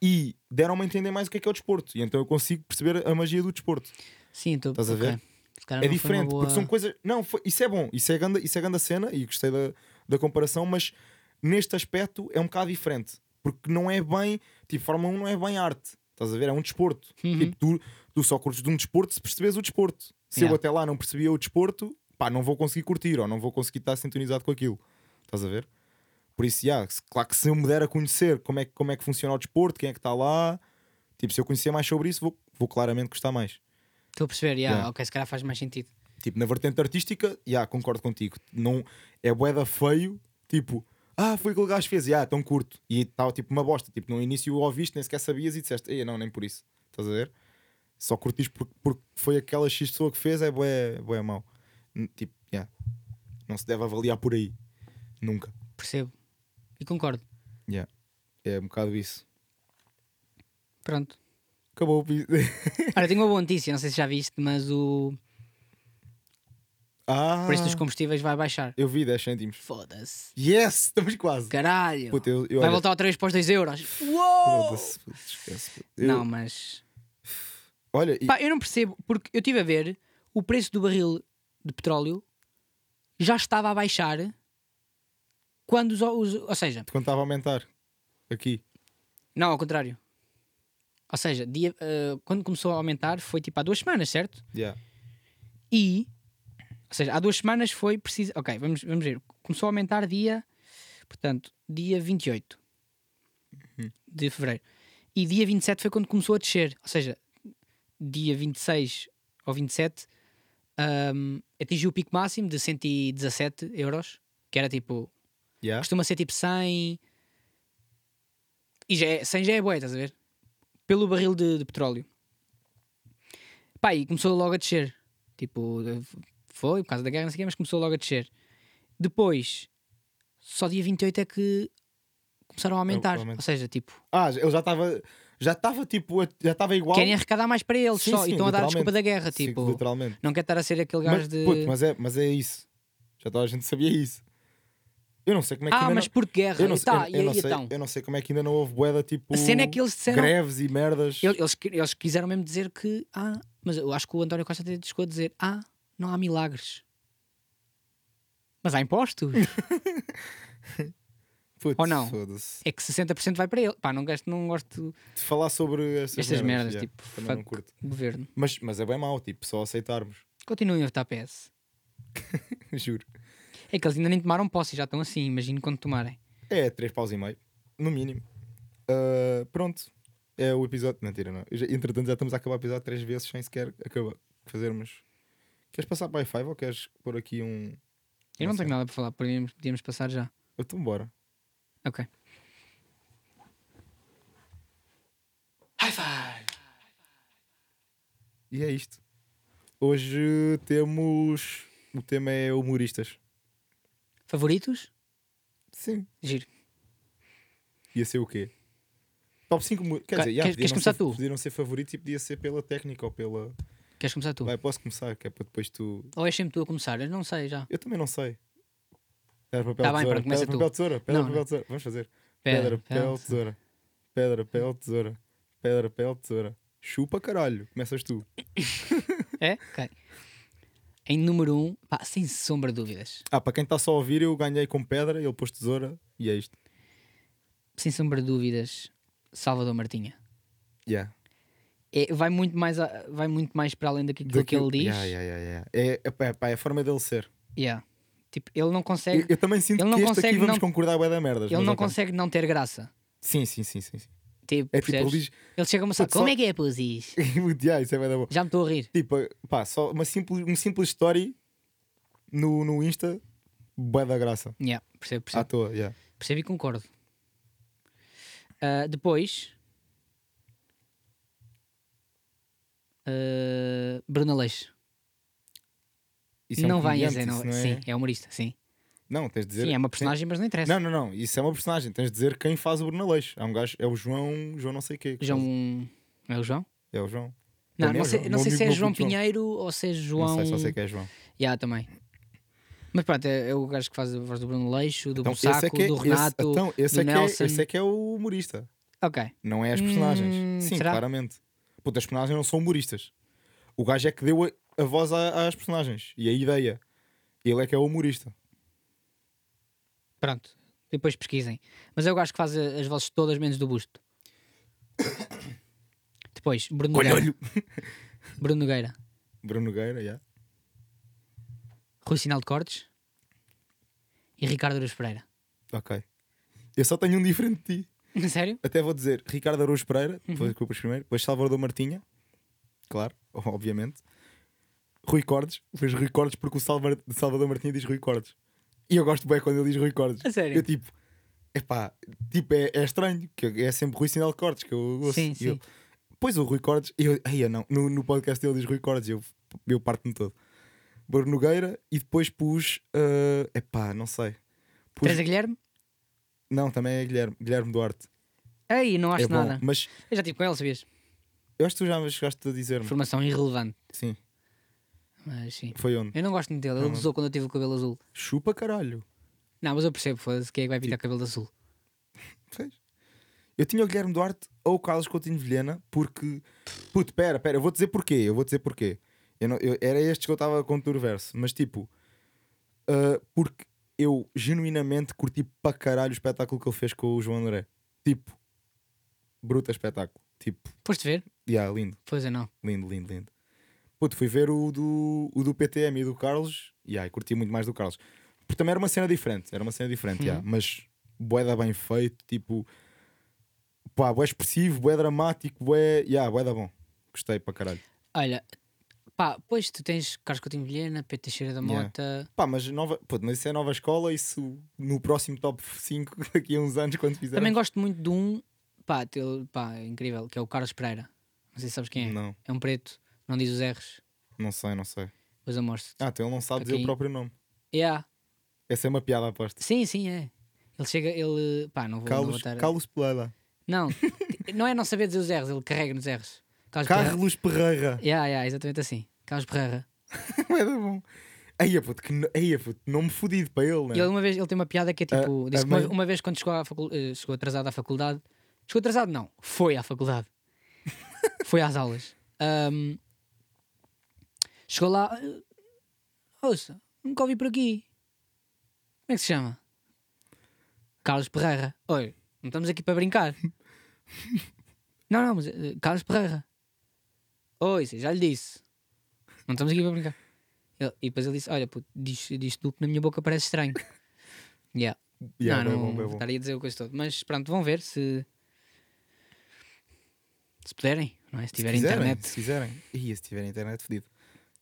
[SPEAKER 1] e deram-me a entender mais o que é que é o desporto. E então eu consigo perceber a magia do desporto.
[SPEAKER 2] Sim, tu...
[SPEAKER 1] Estás a
[SPEAKER 2] ok.
[SPEAKER 1] ver?
[SPEAKER 2] Se calhar
[SPEAKER 1] É
[SPEAKER 2] não foi uma
[SPEAKER 1] diferente,
[SPEAKER 2] boa-
[SPEAKER 1] porque são coisas. Não, foi- isso é bom, isso é grande, isso é grande cena e gostei da, da comparação, mas neste aspecto é um bocado diferente, porque não é bem. Tipo, Fórmula 1 não é bem arte, estás a ver? É um desporto.
[SPEAKER 2] Uhum.
[SPEAKER 1] Tipo, tu, tu só curtes de um desporto se percebes o desporto. Se
[SPEAKER 2] Yeah.
[SPEAKER 1] eu até lá não percebia o desporto, pá, não vou conseguir curtir ou não vou conseguir estar sintonizado com aquilo, estás a ver? Por isso, yeah, se- claro que se eu me der a conhecer como é, que- como é que funciona o desporto, quem é que está lá, tipo, se eu conhecer mais sobre isso, vou, vou claramente gostar mais.
[SPEAKER 2] Estou a perceber, yeah,
[SPEAKER 1] Yeah.
[SPEAKER 2] ok, se calhar faz mais sentido.
[SPEAKER 1] Tipo, na vertente artística, já concordo contigo. Não, é boeda feio, tipo, ah, foi aquele gajo que fez, já, tão curto. E estava tipo uma bosta. Tipo, no início ouviste, nem sequer sabias e disseste, ei, não, nem por isso. Estás a ver? Só curtiste porque, porque foi aquela X pessoa que fez, é boé, boé mau. N- Tipo, já. Não se deve avaliar por aí. Nunca.
[SPEAKER 2] Percebo. E concordo.
[SPEAKER 1] Já. É um bocado isso.
[SPEAKER 2] Pronto.
[SPEAKER 1] Acabou o pi-
[SPEAKER 2] Olha, tenho uma boa notícia, não sei se já viste, mas o
[SPEAKER 1] Ah,
[SPEAKER 2] preço dos combustíveis vai baixar.
[SPEAKER 1] eu vi 10 cêntimos.
[SPEAKER 2] Foda-se.
[SPEAKER 1] Yes! Estamos quase.
[SPEAKER 2] Caralho.
[SPEAKER 1] Puta, eu- eu
[SPEAKER 2] vai
[SPEAKER 1] olha-
[SPEAKER 2] voltar outra vez para os 2 euros. Uou!
[SPEAKER 1] Foda-se, puto, esquece, puto. Eu-
[SPEAKER 2] Não, mas.
[SPEAKER 1] Olha, e-
[SPEAKER 2] Pá, eu não percebo, porque eu estive a ver o preço do barril de petróleo já estava a baixar quando os. os ou seja,
[SPEAKER 1] quando estava a aumentar aqui.
[SPEAKER 2] Não, ao contrário. Ou seja, dia- eh, quando começou a aumentar foi tipo há duas semanas, certo?
[SPEAKER 1] Yeah.
[SPEAKER 2] E. Ou seja, há duas semanas foi preciso. Ok, vamos, vamos ver. Começou a aumentar dia. Portanto, dia 28 de fevereiro. E dia 27 foi quando começou a descer. Ou seja, dia 26 ou 27 ahm, atingiu o pico máximo de 117 euros, que era tipo.
[SPEAKER 1] Yeah.
[SPEAKER 2] Costuma ser tipo 100. E já é, 100 já é boa, estás a ver? Pelo barril de, de petróleo. Pá, e começou logo a descer. Tipo, foi por causa da guerra, não sei o quê, mas começou logo a descer. Depois, só dia 28 é que começaram a
[SPEAKER 1] É
[SPEAKER 2] aumentar.
[SPEAKER 1] aumento.
[SPEAKER 2] Ou seja, tipo,
[SPEAKER 1] Ah, ele já estava. Já estava tipo. a- Já estava igual.
[SPEAKER 2] querem arrecadar mais para eles
[SPEAKER 1] Sim,
[SPEAKER 2] só.
[SPEAKER 1] sim,
[SPEAKER 2] e estão a dar a desculpa
[SPEAKER 1] literalmente.
[SPEAKER 2] da guerra.
[SPEAKER 1] Sim,
[SPEAKER 2] é Tipo,
[SPEAKER 1] literalmente.
[SPEAKER 2] não quer estar a ser aquele gajo
[SPEAKER 1] Mas,
[SPEAKER 2] de.
[SPEAKER 1] puto, mas, é, mas é isso. Já toda a gente sabia isso. Eu não sei como é que
[SPEAKER 2] ah,
[SPEAKER 1] ainda
[SPEAKER 2] mas
[SPEAKER 1] não...
[SPEAKER 2] porque guerra?
[SPEAKER 1] Eu não,
[SPEAKER 2] e
[SPEAKER 1] sei-
[SPEAKER 2] tá,
[SPEAKER 1] eu, eu
[SPEAKER 2] e-
[SPEAKER 1] não
[SPEAKER 2] e
[SPEAKER 1] sei,
[SPEAKER 2] então?
[SPEAKER 1] eu não sei como é que ainda não houve boeda tipo.
[SPEAKER 2] A cena é que eles disseram.
[SPEAKER 1] Greves e merdas.
[SPEAKER 2] Ele- Eles, que- eles quiseram mesmo dizer que. Ah, mas eu acho que o António Costa até chegou a dizer: Ah, não há milagres. Mas há impostos.
[SPEAKER 1] Putz,
[SPEAKER 2] ou não?
[SPEAKER 1] foda-se.
[SPEAKER 2] é que 60% vai para ele. Pá, não gosto, não gosto
[SPEAKER 1] De falar sobre estas,
[SPEAKER 2] destas merdas.
[SPEAKER 1] yeah,
[SPEAKER 2] tipo,
[SPEAKER 1] também não
[SPEAKER 2] fuck
[SPEAKER 1] curto.
[SPEAKER 2] o governo.
[SPEAKER 1] Mas, mas é bem mau, tipo, só aceitarmos.
[SPEAKER 2] Continuem a votar PS.
[SPEAKER 1] Juro.
[SPEAKER 2] É que eles ainda nem tomaram posse, já estão assim. Imagino quando tomarem.
[SPEAKER 1] É, três paus e meio, no mínimo. Ah, pronto, é o episódio. Mentira, não. Já- entretanto, já estamos a acabar o episódio três vezes sem sequer acabar. Fazermos. Queres passar para i5 ou queres pôr aqui um.
[SPEAKER 2] Eu não
[SPEAKER 1] Não sei.
[SPEAKER 2] tenho nada para falar, podíamos, podíamos passar já.
[SPEAKER 1] Então, bora.
[SPEAKER 2] Ok. High five!
[SPEAKER 1] E é isto. Hoje temos. O tema é humoristas.
[SPEAKER 2] Favoritos?
[SPEAKER 1] Sim.
[SPEAKER 2] Giro.
[SPEAKER 1] Ia ser o quê? Top 5 humoristas. Quer
[SPEAKER 2] Ca-
[SPEAKER 1] dizer, já,
[SPEAKER 2] queres-
[SPEAKER 1] podia
[SPEAKER 2] queres
[SPEAKER 1] não
[SPEAKER 2] começar
[SPEAKER 1] ser,
[SPEAKER 2] tu?
[SPEAKER 1] Podia não ser favorito e podia ser pela técnica ou pela.
[SPEAKER 2] Queres começar tu?
[SPEAKER 1] Vai, posso começar, que é para depois tu.
[SPEAKER 2] Ou és sempre tu a começar? Eu não sei já.
[SPEAKER 1] Eu também não sei. Pedra, papel,
[SPEAKER 2] Tá bem,
[SPEAKER 1] tesoura.
[SPEAKER 2] pronto, começa
[SPEAKER 1] pedra,
[SPEAKER 2] tu.
[SPEAKER 1] papel, tesoura. Pedra,
[SPEAKER 2] Não,
[SPEAKER 1] papel,
[SPEAKER 2] não.
[SPEAKER 1] tesoura. Vamos fazer.
[SPEAKER 2] Pedra,
[SPEAKER 1] Pedra,
[SPEAKER 2] papel,
[SPEAKER 1] papel, tesoura. Pedra, papel, tesoura. Pedra, papel, tesoura. Chupa, caralho. Começas tu.
[SPEAKER 2] É? Ok. Em número 1, um, pá, sem sombra de dúvidas.
[SPEAKER 1] Ah, para quem está só a ouvir, eu ganhei com pedra, ele pôs tesoura e é isto.
[SPEAKER 2] Sem sombra de dúvidas, Salvador Martinha.
[SPEAKER 1] Yeah.
[SPEAKER 2] É- vai, muito mais a- vai muito mais para além daquilo que
[SPEAKER 1] Daquilo-
[SPEAKER 2] ele diz.
[SPEAKER 1] Yeah, yeah, yeah, yeah. É, epá, epá, é a forma dele ser.
[SPEAKER 2] Yeah. Tipo, ele não
[SPEAKER 1] Eu,
[SPEAKER 2] consegue,
[SPEAKER 1] eu também sinto
[SPEAKER 2] ele não
[SPEAKER 1] que este aqui
[SPEAKER 2] consegue
[SPEAKER 1] vamos
[SPEAKER 2] não-
[SPEAKER 1] concordar bué da merdas.
[SPEAKER 2] ele
[SPEAKER 1] mas
[SPEAKER 2] não
[SPEAKER 1] ok.
[SPEAKER 2] consegue não ter graça.
[SPEAKER 1] Sim, sim, sim, sim. sim.
[SPEAKER 2] Tipo,
[SPEAKER 1] É tipo, ele
[SPEAKER 2] percebes?
[SPEAKER 1] diz.
[SPEAKER 2] Ele chega a uma
[SPEAKER 1] Puto,
[SPEAKER 2] sala, como
[SPEAKER 1] só-
[SPEAKER 2] é que é, pussies?
[SPEAKER 1] yeah, isso é bué da bom.
[SPEAKER 2] Já me estou a rir.
[SPEAKER 1] Tipo, pá, só uma simples, um simples story no, no Insta, bué da graça.
[SPEAKER 2] Yeah, percebo,
[SPEAKER 1] À
[SPEAKER 2] percebo,
[SPEAKER 1] toa, yeah.
[SPEAKER 2] percebo e concordo. Ah, depois, ah, Bruno Aleixo.
[SPEAKER 1] Isso é um
[SPEAKER 2] não vai
[SPEAKER 1] comediante,
[SPEAKER 2] dizer, não,
[SPEAKER 1] isso não é...
[SPEAKER 2] sim, é humorista, sim.
[SPEAKER 1] Não, tens de dizer.
[SPEAKER 2] Sim, é uma personagem, mas não interessa.
[SPEAKER 1] Não, não, não. Isso é uma personagem. Tens de dizer quem faz o Bruno Aleixo. Há um gajo, é o João, João não sei quê. que faz-
[SPEAKER 2] João. É o João?
[SPEAKER 1] É o João.
[SPEAKER 2] Não,
[SPEAKER 1] Para mim
[SPEAKER 2] não
[SPEAKER 1] é o
[SPEAKER 2] sei,
[SPEAKER 1] João.
[SPEAKER 2] não
[SPEAKER 1] Meu
[SPEAKER 2] sei se é
[SPEAKER 1] amigo, meu
[SPEAKER 2] João
[SPEAKER 1] puto João.
[SPEAKER 2] Pinheiro ou se é João.
[SPEAKER 1] Não sei, só sei que é João.
[SPEAKER 2] Yeah, também. Mas pronto, é, é o gajo que faz a voz do Bruno Leixo, do
[SPEAKER 1] Então, esse
[SPEAKER 2] Bussaco,
[SPEAKER 1] é que é,
[SPEAKER 2] do
[SPEAKER 1] esse-
[SPEAKER 2] Renato.
[SPEAKER 1] então, esse
[SPEAKER 2] do
[SPEAKER 1] é que
[SPEAKER 2] Nelson.
[SPEAKER 1] É, esse é que é o humorista.
[SPEAKER 2] Ok.
[SPEAKER 1] Não é as
[SPEAKER 2] Hum,
[SPEAKER 1] personagens. Sim,
[SPEAKER 2] será?
[SPEAKER 1] claramente. Puta, as personagens não são humoristas. O gajo é que deu a, a voz a- às personagens e a ideia. Ele é que é o humorista.
[SPEAKER 2] Pronto. Depois pesquisem. Mas é o gajo que faz a- as vozes todas menos do busto. Depois, Bruno
[SPEAKER 1] Olho,
[SPEAKER 2] Nogueira.
[SPEAKER 1] olho.
[SPEAKER 2] Bruno Nogueira.
[SPEAKER 1] Bruno Nogueira, yeah.
[SPEAKER 2] Rui Sinal de Cortes. E Ricardo Aruz Pereira.
[SPEAKER 1] ok. Eu só tenho um diferente de ti.
[SPEAKER 2] Sério?
[SPEAKER 1] Até vou dizer Ricardo Araújo Pereira,
[SPEAKER 2] Uhum.
[SPEAKER 1] depois desculpas primeiro, depois Salvador Martinha, claro, obviamente. Rui Cordes, fez Rui Cordes porque o Salva- Salvador Martinha diz Rui Cordes. E eu gosto bem quando ele diz Rui Cordes.
[SPEAKER 2] A sério?
[SPEAKER 1] Eu tipo, epá, tipo, é, é estranho, que é sempre Rui Sinal de Cordes que eu ouço.
[SPEAKER 2] Sim,
[SPEAKER 1] E eu,
[SPEAKER 2] sim.
[SPEAKER 1] pois o Rui Cordes, e eu, ai, eu não, no, no podcast dele diz Rui Cordes, e eu, eu parto-me todo. Bruno Nogueira e depois pus, eh, epá, não sei. Pus-
[SPEAKER 2] Teresa Guilherme?
[SPEAKER 1] não, também é Guilherme, Guilherme Duarte.
[SPEAKER 2] Aí, não acho
[SPEAKER 1] é bom,
[SPEAKER 2] nada.
[SPEAKER 1] mas
[SPEAKER 2] Eu já tive com ele, sabias?
[SPEAKER 1] eu acho que tu já me chegaste a dizer-me.
[SPEAKER 2] Informação irrelevante.
[SPEAKER 1] Sim,
[SPEAKER 2] Mas sim.
[SPEAKER 1] foi onde?
[SPEAKER 2] Eu não gosto muito dele. Ele gozou quando eu tive o cabelo azul.
[SPEAKER 1] Chupa caralho.
[SPEAKER 2] Não, mas eu percebo, foda-se, quem é que vai pintar
[SPEAKER 1] Tipo.
[SPEAKER 2] o cabelo azul?
[SPEAKER 1] Fez. Eu tinha o Guilherme Duarte ou o Carlos Coutinho de Vilhena porque. Puto, pera, pera, eu vou dizer porquê. Eu vou dizer porquê. Eu não- eu- era este que eu estava controverso, mas tipo. ah, porque eu genuinamente curti para caralho o espetáculo que ele fez com o João André. Tipo, bruta espetáculo. Tipo,
[SPEAKER 2] Foste ver?
[SPEAKER 1] yeah, lindo,
[SPEAKER 2] Pois é, não.
[SPEAKER 1] lindo, lindo, lindo. Puto, fui ver o do, o do PTM e do Carlos, e yeah, curti muito mais do Carlos. Porque também era uma cena diferente, era uma cena diferente,
[SPEAKER 2] Uhum.
[SPEAKER 1] yeah, mas boeda bem feito, tipo, pá, bué expressivo, bué dramático, bué, yeah, bué da bom. Gostei para caralho.
[SPEAKER 2] Olha, pá, pois tu tens Carlos Coutinho Vilhena, Pedro Teixeira da
[SPEAKER 1] Yeah.
[SPEAKER 2] Mota.
[SPEAKER 1] Pá, mas, nova, puto, mas isso é nova escola, isso no próximo top 5 daqui a uns anos, quando fizeram.
[SPEAKER 2] Também gosto muito de um, pá, teu, pá, é incrível, que é o Carlos Pereira. Não sei se sabes quem é.
[SPEAKER 1] Não,
[SPEAKER 2] É um preto, não diz os R's,
[SPEAKER 1] não sei, não sei.
[SPEAKER 2] depois eu mostro.
[SPEAKER 1] Ah, então ele não sabe
[SPEAKER 2] Para
[SPEAKER 1] dizer
[SPEAKER 2] quem?
[SPEAKER 1] o próprio nome.
[SPEAKER 2] Yeah.
[SPEAKER 1] Essa é uma piada, aposto.
[SPEAKER 2] Sim, sim, é. Ele chega, ele, pá, não vou, não vou
[SPEAKER 1] Carlos,
[SPEAKER 2] estar.
[SPEAKER 1] Carlos Pereira.
[SPEAKER 2] Não, não é não saber dizer os R's, ele carrega nos R's. Carlos Pereira.
[SPEAKER 1] Carlos Pereira.
[SPEAKER 2] Yeah, yeah, exatamente assim. Carlos Pereira.
[SPEAKER 1] Bué da bom. Aí, é puto, que no... Aí, puto, nome fodido para ele, né?
[SPEAKER 2] E ele uma vez ele tem uma piada que é tipo.
[SPEAKER 1] A-
[SPEAKER 2] disse
[SPEAKER 1] a
[SPEAKER 2] que uma,
[SPEAKER 1] mãe-
[SPEAKER 2] uma vez quando chegou, à facul- eh, chegou atrasado à faculdade. Chegou atrasado, não. Foi à faculdade. foi às aulas. Ahm, chegou lá. eh, Ouça, nunca ouvi por aqui. Como é que se chama? Carlos Pereira. Oi, não estamos aqui para brincar. não, não, mas eh, Carlos Pereira. Oi, sim, já lhe disse. Não estamos aqui para brincar. Ele- e depois ele disse: Olha, puto, diz, diz tu que na minha boca parece estranho. yeah.
[SPEAKER 1] Yeah,
[SPEAKER 2] não,
[SPEAKER 1] é bué
[SPEAKER 2] não
[SPEAKER 1] bom, bué
[SPEAKER 2] vou
[SPEAKER 1] bom.
[SPEAKER 2] estar aí a dizer o coisa toda. Mas pronto, vão ver se. Se puderem, não é? Se tiverem
[SPEAKER 1] quiserem,
[SPEAKER 2] internet.
[SPEAKER 1] Se quiserem. Ih, se tiverem internet, fodido.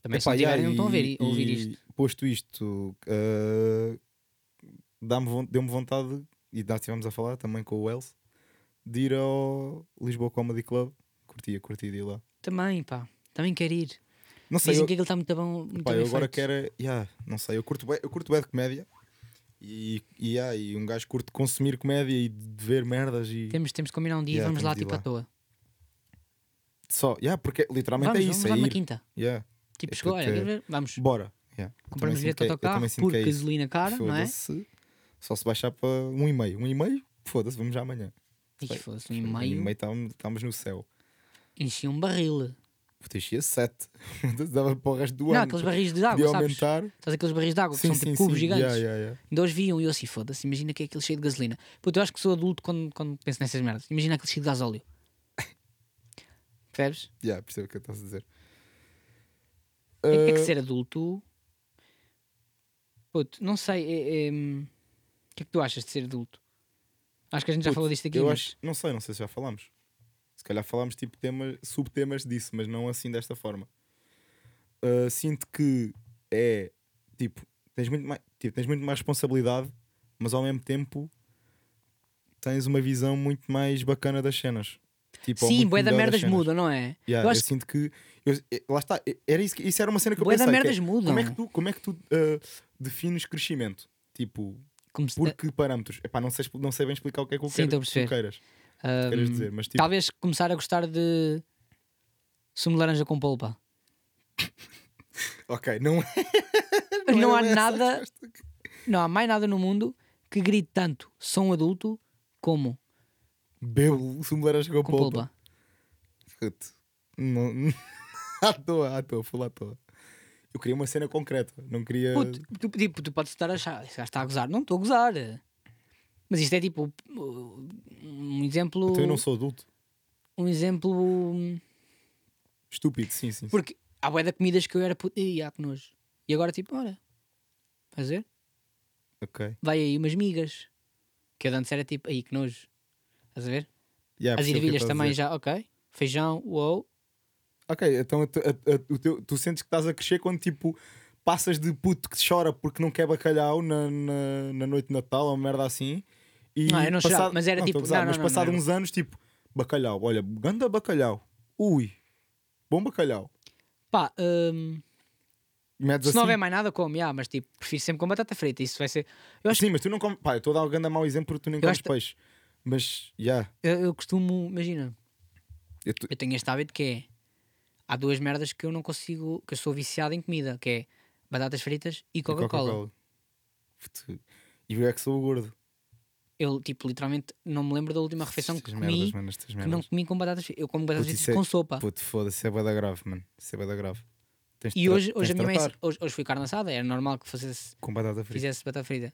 [SPEAKER 2] Também se
[SPEAKER 1] Epá,
[SPEAKER 2] não
[SPEAKER 1] yeah,
[SPEAKER 2] tiverem, não estão a ver,
[SPEAKER 1] e-
[SPEAKER 2] a ouvir
[SPEAKER 1] e
[SPEAKER 2] isto.
[SPEAKER 1] Posto isto, ah, dá-me von- deu-me vontade, e nós estivemos a falar também com o Wells, de ir ao Lisboa Comedy Club. Curtia, curtia de ir lá.
[SPEAKER 2] Também, pá. Também quero ir.
[SPEAKER 1] Não sei,
[SPEAKER 2] Dizem
[SPEAKER 1] eu,
[SPEAKER 2] que aquilo está muito bom. Muito
[SPEAKER 1] pá,
[SPEAKER 2] bem
[SPEAKER 1] eu agora
[SPEAKER 2] feito.
[SPEAKER 1] quero. é- yeah, não sei, eu curto bem, eu curto bem de comédia. E, e, yeah, e um gajo curte consumir comédia e de ver merdas e
[SPEAKER 2] Temos, temos de combinar um dia e
[SPEAKER 1] Yeah,
[SPEAKER 2] vamos lá,
[SPEAKER 1] temos de ir
[SPEAKER 2] tipo, à
[SPEAKER 1] lá.
[SPEAKER 2] toa.
[SPEAKER 1] só, yeah, porque literalmente
[SPEAKER 2] Vamos,
[SPEAKER 1] é
[SPEAKER 2] vamos
[SPEAKER 1] isso.
[SPEAKER 2] lá
[SPEAKER 1] é
[SPEAKER 2] na
[SPEAKER 1] ir.
[SPEAKER 2] quinta.
[SPEAKER 1] Yeah.
[SPEAKER 2] Tipo,
[SPEAKER 1] É
[SPEAKER 2] chegou, olha,
[SPEAKER 1] porque-
[SPEAKER 2] quer ver? vamos.
[SPEAKER 1] Bora. Yeah. Também
[SPEAKER 2] Compramos
[SPEAKER 1] sinto
[SPEAKER 2] bilhete
[SPEAKER 1] que
[SPEAKER 2] de
[SPEAKER 1] é- eu
[SPEAKER 2] autocarro
[SPEAKER 1] também sinto
[SPEAKER 2] por
[SPEAKER 1] que é isso.
[SPEAKER 2] gasolina cara, não é?
[SPEAKER 1] Foda-se. Só se baixar para um e meio. Um e meio? Foda-se, vamos já amanhã.
[SPEAKER 2] E fosse um
[SPEAKER 1] Um
[SPEAKER 2] e-mail,
[SPEAKER 1] estamos no céu.
[SPEAKER 2] enchi um barril.
[SPEAKER 1] Puta, enchia 7. Dava para o resto do
[SPEAKER 2] Não,
[SPEAKER 1] ano.
[SPEAKER 2] aqueles barris de
[SPEAKER 1] Podia
[SPEAKER 2] água, sabes?
[SPEAKER 1] aumentar.
[SPEAKER 2] Sabes aqueles barris de água que
[SPEAKER 1] Sim,
[SPEAKER 2] são
[SPEAKER 1] sim,
[SPEAKER 2] tipo
[SPEAKER 1] sim.
[SPEAKER 2] cubos gigantes?
[SPEAKER 1] Yeah, yeah, yeah.
[SPEAKER 2] Ainda hoje viam e eu assim, foda-se, imagina que é aquilo cheio de gasolina. Puta, eu acho que sou adulto quando, quando penso nessas merdas. Imagina aquilo cheio de gasóleo. Percebes?
[SPEAKER 1] Yeah, percebo o que estás a dizer.
[SPEAKER 2] É, é que
[SPEAKER 1] Ah,
[SPEAKER 2] ser adulto. Puto, não sei. é- é, hum, O que é que tu achas de ser adulto? Acho que a gente já
[SPEAKER 1] Puto,
[SPEAKER 2] falou disto aqui.
[SPEAKER 1] eu
[SPEAKER 2] mas-
[SPEAKER 1] acho, não sei, não sei se já falámos. Se calhar falámos tipo tema, subtemas disso, mas não assim desta forma. Ah, sinto que é tipo tens, muito mais, tipo, tens muito mais responsabilidade, mas ao mesmo tempo tens uma visão muito mais bacana das cenas. Tipo, ou
[SPEAKER 2] Sim,
[SPEAKER 1] muito
[SPEAKER 2] bué da
[SPEAKER 1] melhor
[SPEAKER 2] merdas
[SPEAKER 1] das cenas.
[SPEAKER 2] mudam, não é? eu
[SPEAKER 1] Yeah, eu,
[SPEAKER 2] acho
[SPEAKER 1] sinto que. eu- eh, lá está, eh, era isso, que- isso era uma cena que
[SPEAKER 2] que
[SPEAKER 1] eu
[SPEAKER 2] bué da
[SPEAKER 1] pensei. que é,
[SPEAKER 2] merdas mudam.
[SPEAKER 1] como é que tu, como é que tu ah, defines crescimento? Tipo,
[SPEAKER 2] Como se-
[SPEAKER 1] por que parâmetros? Epá, não sei, expli- não sei bem explicar o que é que eu
[SPEAKER 2] Sim, estou
[SPEAKER 1] quero
[SPEAKER 2] a
[SPEAKER 1] que tu
[SPEAKER 2] perceber.
[SPEAKER 1] queiras.
[SPEAKER 2] Ahm,
[SPEAKER 1] queres dizer, mas tipo,
[SPEAKER 2] Talvez começar a gostar de sumo de laranja com polpa.
[SPEAKER 1] ok, não é.
[SPEAKER 2] Não,
[SPEAKER 1] era
[SPEAKER 2] há
[SPEAKER 1] essa a
[SPEAKER 2] nada,
[SPEAKER 1] resposta.
[SPEAKER 2] não há mais nada no mundo que grite tanto sou um adulto como
[SPEAKER 1] Bebo sumo de laranja com
[SPEAKER 2] com
[SPEAKER 1] polpa.
[SPEAKER 2] polpa.
[SPEAKER 1] Puto. Não- à toa, à toa, fui lá à toa. Eu queria uma cena concreta, não queria.
[SPEAKER 2] Puto, tu, tipo, tu podes estar a achar, esse gajo está a gozar. Não estou a gozar. Mas isto é tipo um exemplo.
[SPEAKER 1] Então eu não sou adulto.
[SPEAKER 2] Um exemplo.
[SPEAKER 1] Estúpido, sim, sim. sim.
[SPEAKER 2] Porque há bué de comidas que eu era puto. E há que nojo. E agora tipo, olha. Fazer?
[SPEAKER 1] Ok.
[SPEAKER 2] Vai aí umas migas. Que eu de antes era tipo, aí que nojo. Estás a ver?
[SPEAKER 1] Yeah,
[SPEAKER 2] As
[SPEAKER 1] É, percebo o que
[SPEAKER 2] ervilhas
[SPEAKER 1] estás a
[SPEAKER 2] também
[SPEAKER 1] dizer.
[SPEAKER 2] já, ok. Feijão, uou.
[SPEAKER 1] Ok, então a tu- a- a- o teu- tu sentes que estás a crescer quando tipo. Passas de puto que chora porque não quer bacalhau na, na, na noite de Natal ou merda assim. E
[SPEAKER 2] Não, eu não chorava, mas era
[SPEAKER 1] estou a
[SPEAKER 2] tipo,
[SPEAKER 1] gozar,
[SPEAKER 2] não, não,
[SPEAKER 1] mas
[SPEAKER 2] não,
[SPEAKER 1] passado
[SPEAKER 2] não era.
[SPEAKER 1] uns anos, tipo, bacalhau, olha, ganda bacalhau. Ui, bom bacalhau.
[SPEAKER 2] Pá, hum,
[SPEAKER 1] Medes
[SPEAKER 2] se não
[SPEAKER 1] assim,
[SPEAKER 2] houver mais nada, como, ah, mas tipo, prefiro sempre com batata frita. Isso vai ser. Eu acho
[SPEAKER 1] Sim, mas tu não comes. Pá, eu estou a dar o grande mau exemplo porque tu nem
[SPEAKER 2] Eu
[SPEAKER 1] comes
[SPEAKER 2] acho que-
[SPEAKER 1] peixe. Mas, já.
[SPEAKER 2] Eu, eu costumo, imagina,
[SPEAKER 1] eu tu-
[SPEAKER 2] eu tenho este hábito que é. Há duas merdas que eu não consigo, que eu sou viciado em comida, que é batatas fritas e
[SPEAKER 1] e
[SPEAKER 2] Coca-Cola.
[SPEAKER 1] Puto, E eu é que sou o gordo.
[SPEAKER 2] eu, tipo, literalmente não me lembro da última refeição que
[SPEAKER 1] Estas
[SPEAKER 2] comi,
[SPEAKER 1] merdas, mano, estas
[SPEAKER 2] que não
[SPEAKER 1] merdas.
[SPEAKER 2] comi com batatas fritas. Eu como batatas
[SPEAKER 1] Puto,
[SPEAKER 2] fritas
[SPEAKER 1] isso é-
[SPEAKER 2] com sopa.
[SPEAKER 1] Puto, foda-se, é bada grave, mano. Isso é bada grave. Tens de
[SPEAKER 2] E
[SPEAKER 1] tra-
[SPEAKER 2] hoje,
[SPEAKER 1] é tens
[SPEAKER 2] hoje a
[SPEAKER 1] de
[SPEAKER 2] minha mãe,
[SPEAKER 1] tratar
[SPEAKER 2] hoje, hoje fui carne assada, era normal que fizesse,
[SPEAKER 1] Com batata frita.
[SPEAKER 2] fizesse batata frita.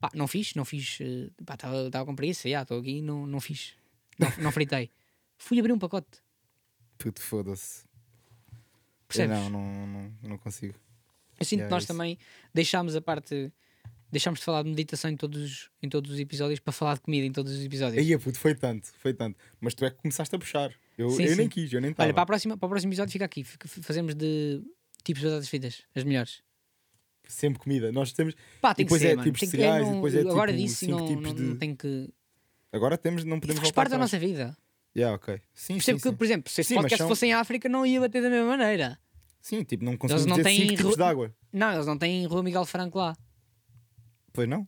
[SPEAKER 2] Pá, não fiz, não fiz. eh, Pá, estava com preguiça, já, estou aqui e não, não fiz. Não, não fritei. Fui abrir um pacote,
[SPEAKER 1] Puto, foda-se. Eu
[SPEAKER 2] percebes?
[SPEAKER 1] Não, não, não, não consigo.
[SPEAKER 2] Eu sinto
[SPEAKER 1] Yeah,
[SPEAKER 2] que nós
[SPEAKER 1] isso.
[SPEAKER 2] também deixámos a parte. Deixámos de falar de meditação em todos, os- em todos os episódios para falar de comida em todos os episódios.
[SPEAKER 1] Aí, puto, foi tanto, foi tanto. Mas tu é que começaste a puxar. Eu,
[SPEAKER 2] Sim,
[SPEAKER 1] eu nem
[SPEAKER 2] sim.
[SPEAKER 1] quis, eu nem estava.
[SPEAKER 2] Olha, para, a próxima, para o próximo episódio fica aqui. Fica- Fazemos de tipos de batatas fritas, as melhores.
[SPEAKER 1] Sempre comida. Nós temos.
[SPEAKER 2] Pá, tem que
[SPEAKER 1] depois
[SPEAKER 2] ser,
[SPEAKER 1] é
[SPEAKER 2] mano.
[SPEAKER 1] tipos
[SPEAKER 2] Tem
[SPEAKER 1] de
[SPEAKER 2] que- eu
[SPEAKER 1] cereais,
[SPEAKER 2] não-
[SPEAKER 1] depois é
[SPEAKER 2] agora
[SPEAKER 1] tipo
[SPEAKER 2] disso e
[SPEAKER 1] cinco
[SPEAKER 2] não,
[SPEAKER 1] tipos
[SPEAKER 2] não,
[SPEAKER 1] de-
[SPEAKER 2] não tem que.
[SPEAKER 1] Agora temos, não podemos
[SPEAKER 2] Isso faz
[SPEAKER 1] voltar.
[SPEAKER 2] parte da
[SPEAKER 1] atrás.
[SPEAKER 2] nossa vida.
[SPEAKER 1] Yeah, ok. Sim, sim,
[SPEAKER 2] Percebo que,
[SPEAKER 1] sim.
[SPEAKER 2] por exemplo, se este
[SPEAKER 1] Sim, mas
[SPEAKER 2] podcast
[SPEAKER 1] são-
[SPEAKER 2] fosse em África, não ia bater da mesma maneira.
[SPEAKER 1] Sim, tipo, não conseguimos
[SPEAKER 2] não
[SPEAKER 1] dizer
[SPEAKER 2] têm
[SPEAKER 1] cinco tipos
[SPEAKER 2] ru-
[SPEAKER 1] de água.
[SPEAKER 2] Não, eles não têm Rua Miguel Franco lá.
[SPEAKER 1] Pois não?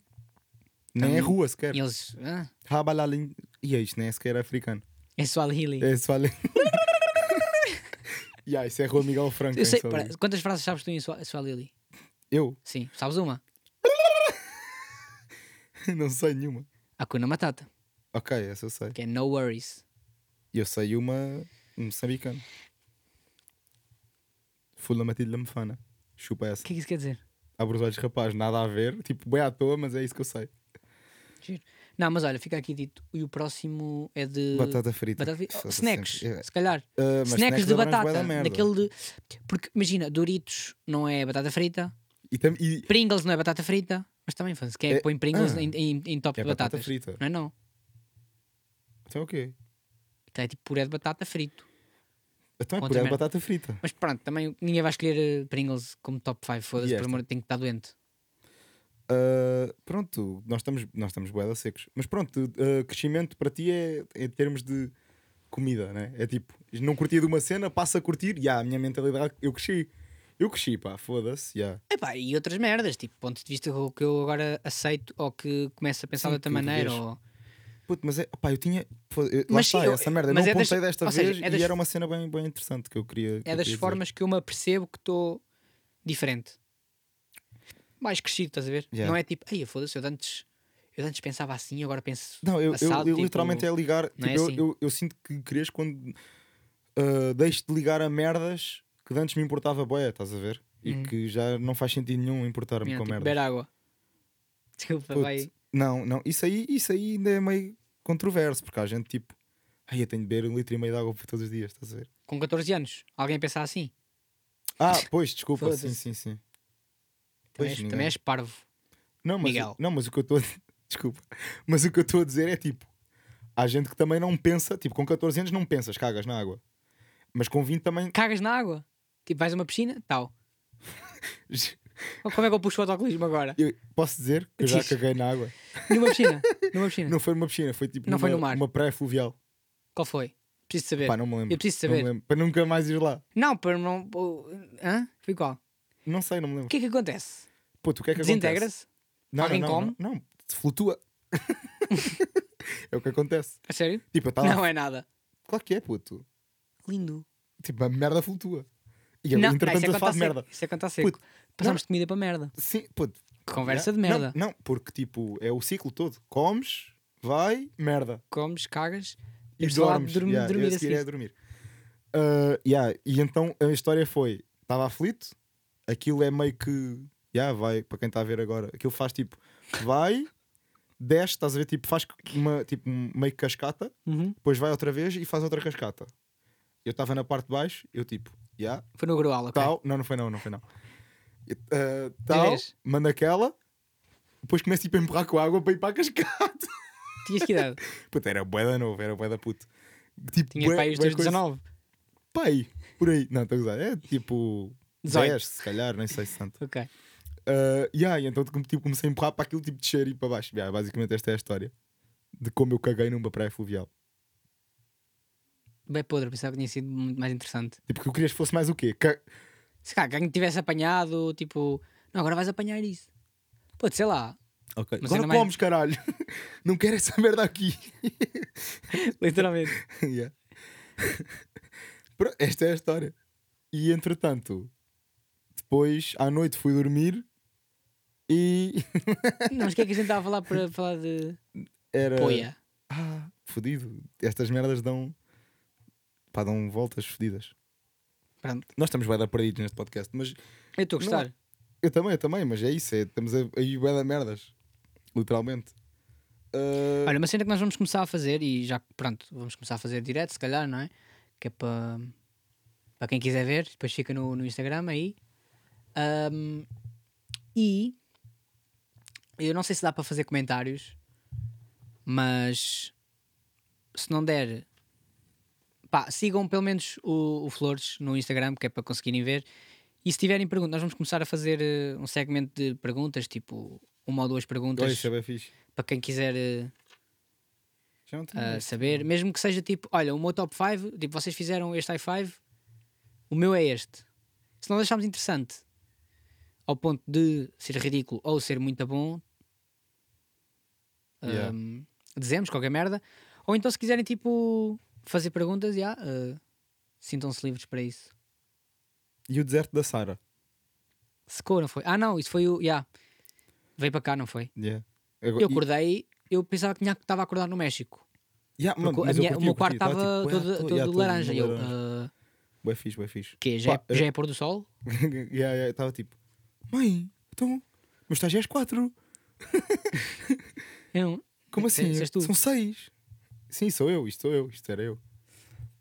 [SPEAKER 1] Nem é
[SPEAKER 2] Também-
[SPEAKER 1] rua sequer.
[SPEAKER 2] E eles. Ah,
[SPEAKER 1] Rabalalin. E é isto, nem é sequer africano.
[SPEAKER 2] é Swahili.
[SPEAKER 1] É só ali. yeah, isso é Rua Miguel Franco.
[SPEAKER 2] Eu
[SPEAKER 1] é
[SPEAKER 2] sei,
[SPEAKER 1] só
[SPEAKER 2] pera,
[SPEAKER 1] ali.
[SPEAKER 2] quantas frases sabes tu em Swa- Swahili?
[SPEAKER 1] Eu?
[SPEAKER 2] Sim, sabes uma?
[SPEAKER 1] não sei nenhuma.
[SPEAKER 2] Hakuna Matata,
[SPEAKER 1] Ok, essa eu sei.
[SPEAKER 2] que é No Worries.
[SPEAKER 1] E eu sei uma moçambicana. Fula Matilda Mefana. Chupa
[SPEAKER 2] O
[SPEAKER 1] essa.
[SPEAKER 2] que é que isso quer dizer?
[SPEAKER 1] Abre os olhos, rapaz. Nada a ver. Tipo, bem à toa, mas é isso que eu sei.
[SPEAKER 2] Giro. Não, mas olha, fica aqui dito. E o próximo é de.
[SPEAKER 1] Batata frita.
[SPEAKER 2] batata frita. Oh,
[SPEAKER 1] Foda-se
[SPEAKER 2] snacks,
[SPEAKER 1] sempre. É.
[SPEAKER 2] se calhar.
[SPEAKER 1] Ah, mas
[SPEAKER 2] snacks de
[SPEAKER 1] abrange bué da
[SPEAKER 2] batata.
[SPEAKER 1] merda.
[SPEAKER 2] Daquele de... Porque imagina, Doritos não é batata frita,
[SPEAKER 1] E, tam- e-
[SPEAKER 2] Pringles não é batata frita, mas também faz. Quem é
[SPEAKER 1] É-
[SPEAKER 2] que põe Pringles
[SPEAKER 1] ah,
[SPEAKER 2] em, em- em top
[SPEAKER 1] é
[SPEAKER 2] de
[SPEAKER 1] batata
[SPEAKER 2] batatas?
[SPEAKER 1] frita.
[SPEAKER 2] Não é não.
[SPEAKER 1] Então o quê?
[SPEAKER 2] Então é tipo puré de batata frito.
[SPEAKER 1] Então é
[SPEAKER 2] Conta
[SPEAKER 1] puré de
[SPEAKER 2] merda.
[SPEAKER 1] batata frita.
[SPEAKER 2] Mas pronto, também ninguém vai escolher eh, Pringles como top 5. Foda-se, por
[SPEAKER 1] E esta?
[SPEAKER 2] amor, tenho que estar doente.
[SPEAKER 1] Uh, pronto, nós estamos, nós estamos boeda secos. Mas pronto, uh, crescimento para ti é é em termos de comida, né? É tipo, não curtia de uma cena, passa a curtir, e a minha mentalidade, eu cresci. Eu cresci, pá, foda-se, já.
[SPEAKER 2] Epá, e outras merdas, tipo, ponto de vista o que eu agora aceito ou que começo a pensar
[SPEAKER 1] Sim,
[SPEAKER 2] de outra
[SPEAKER 1] que
[SPEAKER 2] maneira.
[SPEAKER 1] vês.
[SPEAKER 2] Ou...
[SPEAKER 1] Puto, mas é, pá, eu tinha. fo- eu- lá
[SPEAKER 2] Mas
[SPEAKER 1] está,
[SPEAKER 2] sim, eu-
[SPEAKER 1] essa merda. Eu
[SPEAKER 2] mas
[SPEAKER 1] não
[SPEAKER 2] é das-
[SPEAKER 1] apontei desta
[SPEAKER 2] ou
[SPEAKER 1] vez
[SPEAKER 2] seja, é das-
[SPEAKER 1] e era uma cena bem, bem interessante que eu queria. que
[SPEAKER 2] É
[SPEAKER 1] eu
[SPEAKER 2] das
[SPEAKER 1] queria dizer.
[SPEAKER 2] formas que eu me apercebo que estou diferente. Mais crescido, estás a ver?
[SPEAKER 1] Yeah.
[SPEAKER 2] Não é tipo, ai, foda-se, eu de antes, eu de antes pensava assim, agora penso.
[SPEAKER 1] Não, eu, eu-
[SPEAKER 2] assado,
[SPEAKER 1] eu
[SPEAKER 2] tipo,
[SPEAKER 1] literalmente é ligar.
[SPEAKER 2] não é
[SPEAKER 1] tipo, eu-
[SPEAKER 2] assim.
[SPEAKER 1] eu, eu sinto que cresço quando uh, deixo de ligar a merdas que de antes me importava boia, estás a ver? E
[SPEAKER 2] Uhum.
[SPEAKER 1] que já não faz sentido nenhum importar-me
[SPEAKER 2] "Minha,
[SPEAKER 1] com
[SPEAKER 2] tipo,
[SPEAKER 1] merdas.
[SPEAKER 2] beber água. Desculpa,
[SPEAKER 1] Puto,
[SPEAKER 2] vai.
[SPEAKER 1] Não, não, isso aí, isso aí ainda é meio controverso, porque há gente tipo, Ai, eu tenho de beber um litro e meio de água por todos os dias, estás a ver?
[SPEAKER 2] Com 14 anos. Alguém pensar assim.
[SPEAKER 1] Ah, pois, desculpa,
[SPEAKER 2] Foda-se.
[SPEAKER 1] sim, sim, sim. Pois,
[SPEAKER 2] Também, és,
[SPEAKER 1] ninguém.
[SPEAKER 2] também és parvo.
[SPEAKER 1] Não, mas,
[SPEAKER 2] Miguel.
[SPEAKER 1] não, mas o que eu estou a... Desculpa. Mas o que eu estou a dizer é tipo, há gente que também não pensa, tipo, com 14 anos não pensas, cagas na água. Mas com 20 também.
[SPEAKER 2] Cagas na água. Tipo, vais a uma piscina, tal. Como é que eu puxo o autocolismo agora?
[SPEAKER 1] Eu posso dizer que eu já
[SPEAKER 2] Diz.
[SPEAKER 1] caguei na água.
[SPEAKER 2] Numa piscina. Numa piscina.
[SPEAKER 1] Não foi numa piscina, foi tipo
[SPEAKER 2] É. Não
[SPEAKER 1] numa,
[SPEAKER 2] foi no mar.
[SPEAKER 1] uma praia fluvial.
[SPEAKER 2] Qual foi? Preciso saber.
[SPEAKER 1] Pá, não me lembro.
[SPEAKER 2] Eu preciso
[SPEAKER 1] Não me
[SPEAKER 2] saber.
[SPEAKER 1] lembro. Para nunca mais ir lá.
[SPEAKER 2] Não, para não. oh, Hã? Foi qual?
[SPEAKER 1] Não sei, não me
[SPEAKER 2] O
[SPEAKER 1] lembro.
[SPEAKER 2] que é que acontece?
[SPEAKER 1] Puto, o que é que acontece?
[SPEAKER 2] Desintegra-se?
[SPEAKER 1] Não,
[SPEAKER 2] Alguém
[SPEAKER 1] não,
[SPEAKER 2] come?
[SPEAKER 1] Não, não, se flutua. é o que acontece.
[SPEAKER 2] A sério?
[SPEAKER 1] Tipo, eu estava.
[SPEAKER 2] Não é nada.
[SPEAKER 1] Claro que é, puto.
[SPEAKER 2] Lindo.
[SPEAKER 1] Tipo, a merda flutua. E
[SPEAKER 2] Não, não,
[SPEAKER 1] entretanto,
[SPEAKER 2] isso é
[SPEAKER 1] eu
[SPEAKER 2] quando está
[SPEAKER 1] faço
[SPEAKER 2] seco.
[SPEAKER 1] merda.
[SPEAKER 2] Isso é quando está seco.
[SPEAKER 1] Puto,
[SPEAKER 2] Passamos de comida para merda.
[SPEAKER 1] Sim, puto.
[SPEAKER 2] Que conversa de
[SPEAKER 1] Yeah.
[SPEAKER 2] merda.
[SPEAKER 1] Não, não, porque tipo, é o ciclo todo. Comes, vai, merda.
[SPEAKER 2] Comes, cagas.
[SPEAKER 1] E
[SPEAKER 2] Temos de falar
[SPEAKER 1] dormes.
[SPEAKER 2] de dormir-
[SPEAKER 1] Yeah,
[SPEAKER 2] dormir assim.
[SPEAKER 1] eu
[SPEAKER 2] a
[SPEAKER 1] a seguir
[SPEAKER 2] seguir.
[SPEAKER 1] é dormir. Ah, yeah, E então a história foi: estava aflito, aquilo é meio que. Yeah, vai, para quem está a ver agora, aquilo faz tipo, vai, desce, estás a ver, tipo, faz uma, tipo, meio que cascata,
[SPEAKER 2] Uhum.
[SPEAKER 1] depois vai outra vez e faz outra cascata. Eu estava na parte de baixo, eu tipo, yeah,
[SPEAKER 2] Foi no Groal, ok?
[SPEAKER 1] tal, não, não foi não, não foi não. E, ah, tal,
[SPEAKER 2] vez?
[SPEAKER 1] manda aquela, depois começo tipo, a empurrar com a água para ir para a cascata.
[SPEAKER 2] Tinhas que idade?
[SPEAKER 1] Puta, era bué da novo, era bué da puto. Tipo,
[SPEAKER 2] Tinhas
[SPEAKER 1] bué-
[SPEAKER 2] para aí os
[SPEAKER 1] bué
[SPEAKER 2] teus
[SPEAKER 1] coisa-
[SPEAKER 2] 19.
[SPEAKER 1] Pai, por aí. Não, estou a gozar. É tipo
[SPEAKER 2] 18.
[SPEAKER 1] 10, se calhar, nem sei se tanto.
[SPEAKER 2] Ok.
[SPEAKER 1] Ah, e aí, então tipo, comecei a empurrar para aquilo tipo de cheiro e para baixo. Yeah, basicamente esta é a história de como eu caguei numa praia fluvial.
[SPEAKER 2] Bem podre, pensava que tinha sido muito mais interessante.
[SPEAKER 1] Tipo, que eu querias que fosse mais o quê? Ca-
[SPEAKER 2] Se cá, quem tivesse apanhado, tipo, não, agora vais apanhar isso. Pô, sei lá,
[SPEAKER 1] Ok.
[SPEAKER 2] Mas
[SPEAKER 1] Agora
[SPEAKER 2] ainda mais-
[SPEAKER 1] comes, caralho. Não quero essa merda aqui.
[SPEAKER 2] literalmente.
[SPEAKER 1] Yeah. Pro- Esta é a história. E entretanto, depois à noite fui dormir e
[SPEAKER 2] não, mas o que é que a gente estava a falar para falar de
[SPEAKER 1] era.
[SPEAKER 2] poia?
[SPEAKER 1] Ah, fodido. Estas merdas dão. Pá, dão voltas fodidas.
[SPEAKER 2] Pronto,
[SPEAKER 1] Nós estamos bem perdidos neste podcast, mas
[SPEAKER 2] eu estou a
[SPEAKER 1] Não.
[SPEAKER 2] gostar.
[SPEAKER 1] eu também, eu também, mas é isso, é, estamos a- aí bué da merdas. Literalmente. Ah,
[SPEAKER 2] Olha, uma cena que nós vamos começar a fazer, e já, pronto, vamos começar a fazer direto, se calhar, não é? Que é para para quem quiser ver, depois fica no, no Instagram aí. Ahm, e eu não sei se dá para fazer comentários, mas se não der, pá, sigam pelo menos o, o Flores no Instagram, que é para conseguirem ver. E se tiverem perguntas, nós vamos começar a fazer eh, um segmento de perguntas, tipo uma ou duas perguntas
[SPEAKER 1] olha, isso é bem fixe.
[SPEAKER 2] para quem quiser. eh,
[SPEAKER 1] Já não tenho
[SPEAKER 2] a
[SPEAKER 1] mais.
[SPEAKER 2] Ah, saber, mesmo que seja tipo, olha, o meu top 5, tipo, vocês fizeram este high 5, o meu é este. Se não deixarmos interessante ao ponto de ser ridículo ou ser muito bom,
[SPEAKER 1] Yeah.
[SPEAKER 2] hum, dizemos qualquer merda, ou então se quiserem tipo fazer perguntas, já eh, sintam-se livres para isso.
[SPEAKER 1] E o deserto da Sara.
[SPEAKER 2] Secou, não foi? Ah, não, isso foi o. já Veio para cá, não foi?
[SPEAKER 1] Yeah. Agora-
[SPEAKER 2] Eu
[SPEAKER 1] e-
[SPEAKER 2] acordei, eu pensava que tinha- que estava a acordar no México.
[SPEAKER 1] Yeah, mano,
[SPEAKER 2] Porque a
[SPEAKER 1] mas eu
[SPEAKER 2] minha- o
[SPEAKER 1] curti,
[SPEAKER 2] meu
[SPEAKER 1] eu
[SPEAKER 2] quarto
[SPEAKER 1] curti.
[SPEAKER 2] estava
[SPEAKER 1] Tava, tipo,
[SPEAKER 2] todo,
[SPEAKER 1] yeah,
[SPEAKER 2] todo
[SPEAKER 1] yeah,
[SPEAKER 2] laranja. e Eu,
[SPEAKER 1] laranja.
[SPEAKER 2] eh,
[SPEAKER 1] Bué fixe, bué fixe.
[SPEAKER 2] Que já,
[SPEAKER 1] Pá,
[SPEAKER 2] é, já é pôr do sol?
[SPEAKER 1] yeah, yeah, estava tipo, mãe, então, mas estás às quatro.
[SPEAKER 2] Eu não.
[SPEAKER 1] Como
[SPEAKER 2] É,
[SPEAKER 1] assim?
[SPEAKER 2] és tu.
[SPEAKER 1] São seis. Sim, sou eu, isto sou eu, isto era eu.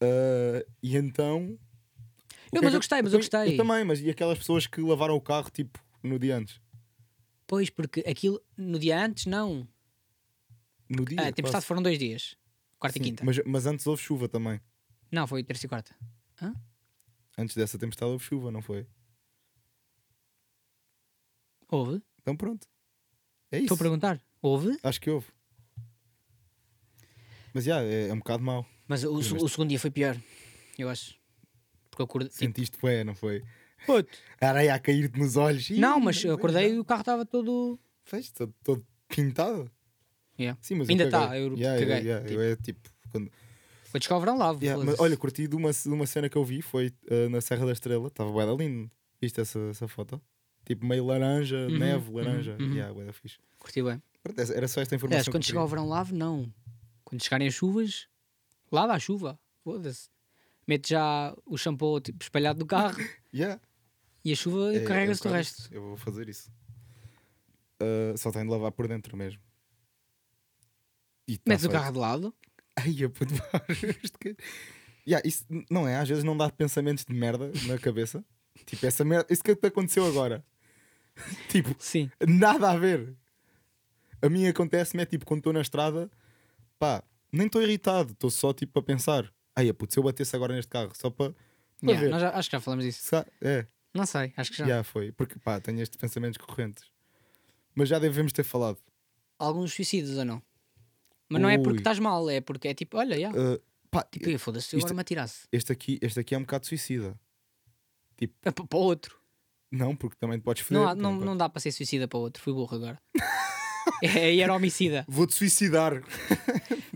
[SPEAKER 1] Ah, e então. o
[SPEAKER 2] Não,
[SPEAKER 1] que
[SPEAKER 2] mas
[SPEAKER 1] é que
[SPEAKER 2] eu gostei, mas eu gostei.
[SPEAKER 1] Eu também, mas e aquelas pessoas que lavaram o carro tipo no dia antes?
[SPEAKER 2] Pois, porque aquilo no dia antes, não.
[SPEAKER 1] No dia.
[SPEAKER 2] Ah, a tempestade
[SPEAKER 1] quase.
[SPEAKER 2] foram dois dias. Quarta
[SPEAKER 1] Sim,
[SPEAKER 2] e quinta.
[SPEAKER 1] Mas, mas antes houve chuva também.
[SPEAKER 2] Não, foi terça e quarta.
[SPEAKER 1] Antes dessa tempestade houve chuva, não foi?
[SPEAKER 2] Houve?
[SPEAKER 1] Então pronto. É isso.
[SPEAKER 2] Estou a perguntar. Houve?
[SPEAKER 1] Acho que houve. Mas já, é, é um bocado mau.
[SPEAKER 2] Mas o, se- o segundo dia foi pior, eu acho. Porque eu acordei. tipo,
[SPEAKER 1] Sentiste bué, não foi?
[SPEAKER 2] puto.
[SPEAKER 1] A areia a cair-te nos olhos. Ih,
[SPEAKER 2] Não, mas eu
[SPEAKER 1] vejo
[SPEAKER 2] acordei
[SPEAKER 1] nada.
[SPEAKER 2] e o carro estava todo.
[SPEAKER 1] Fez, todo, todo pintado.
[SPEAKER 2] Yeah.
[SPEAKER 1] Sim, mas
[SPEAKER 2] Ainda
[SPEAKER 1] eu
[SPEAKER 2] tá,
[SPEAKER 1] caguei.
[SPEAKER 2] eu
[SPEAKER 1] Yeah,
[SPEAKER 2] caguei,
[SPEAKER 1] yeah,
[SPEAKER 2] tipo.
[SPEAKER 1] eu é tipo. quando-
[SPEAKER 2] Foi descalverão lá.
[SPEAKER 1] Yeah, mas olha, curti de uma, de uma cena que eu vi, foi eh, na Serra da Estrela, estava bué da lindo. Viste essa, essa foto? Tipo meio laranja,
[SPEAKER 2] Uhum,
[SPEAKER 1] neve,
[SPEAKER 2] uhum,
[SPEAKER 1] laranja.
[SPEAKER 2] uhum.
[SPEAKER 1] Yeah, bué da fixe.
[SPEAKER 2] curti bem.
[SPEAKER 1] Pronto, essa- Era só esta informação.
[SPEAKER 2] Aliás,
[SPEAKER 1] que
[SPEAKER 2] quando
[SPEAKER 1] eu
[SPEAKER 2] chegar o verão, lave, não. Quando chegarem as chuvas, lava a chuva. Foda-se. Mete já o shampoo tipo, espalhado do carro
[SPEAKER 1] queria. Yeah.
[SPEAKER 2] e a chuva
[SPEAKER 1] É- é
[SPEAKER 2] carrega-se
[SPEAKER 1] um
[SPEAKER 2] do
[SPEAKER 1] bocado
[SPEAKER 2] resto.
[SPEAKER 1] isso. Eu vou fazer isso. Uh, Ah, só tenho de lavar por dentro mesmo. E tá
[SPEAKER 2] Metes o Tá
[SPEAKER 1] feito.
[SPEAKER 2] carro de lado,
[SPEAKER 1] Ai, eu puto, pá, este que- Yeah, isso não é? Às vezes não dá pensamentos de merda na cabeça. tipo, essa merda, isso que te aconteceu agora. tipo,
[SPEAKER 2] Sim.
[SPEAKER 1] nada a ver. A mim acontece-me é tipo, quando estou na estrada, pá, nem estou irritado, estou só tipo a pensar. Ai, putz, se eu batesse agora neste carro, só para. para
[SPEAKER 2] Yeah,
[SPEAKER 1] ver.
[SPEAKER 2] nós já- acho que já falamos disso.
[SPEAKER 1] Se ca- É,
[SPEAKER 2] Não sei, acho que já.
[SPEAKER 1] já foi. Porque pá, tenho estes pensamentos correntes. Mas já devemos ter falado.
[SPEAKER 2] Alguns suicidas ou não. Mas não é porque
[SPEAKER 1] Ui.
[SPEAKER 2] estás mal, é porque é tipo, olha, yeah.
[SPEAKER 1] Uh, pá,
[SPEAKER 2] tipo, "Ih, foda-se, se eu
[SPEAKER 1] isto-
[SPEAKER 2] agora me atirasse.
[SPEAKER 1] este aqui, este aqui é um bocado suicida.
[SPEAKER 2] É pa- Para o outro.
[SPEAKER 1] Não, porque também te podes foder.
[SPEAKER 2] Não, há- não,
[SPEAKER 1] pronto.
[SPEAKER 2] não dá para ser suicida para o outro, fui burro agora. é, e era homicida.
[SPEAKER 1] Vou-te suicidar.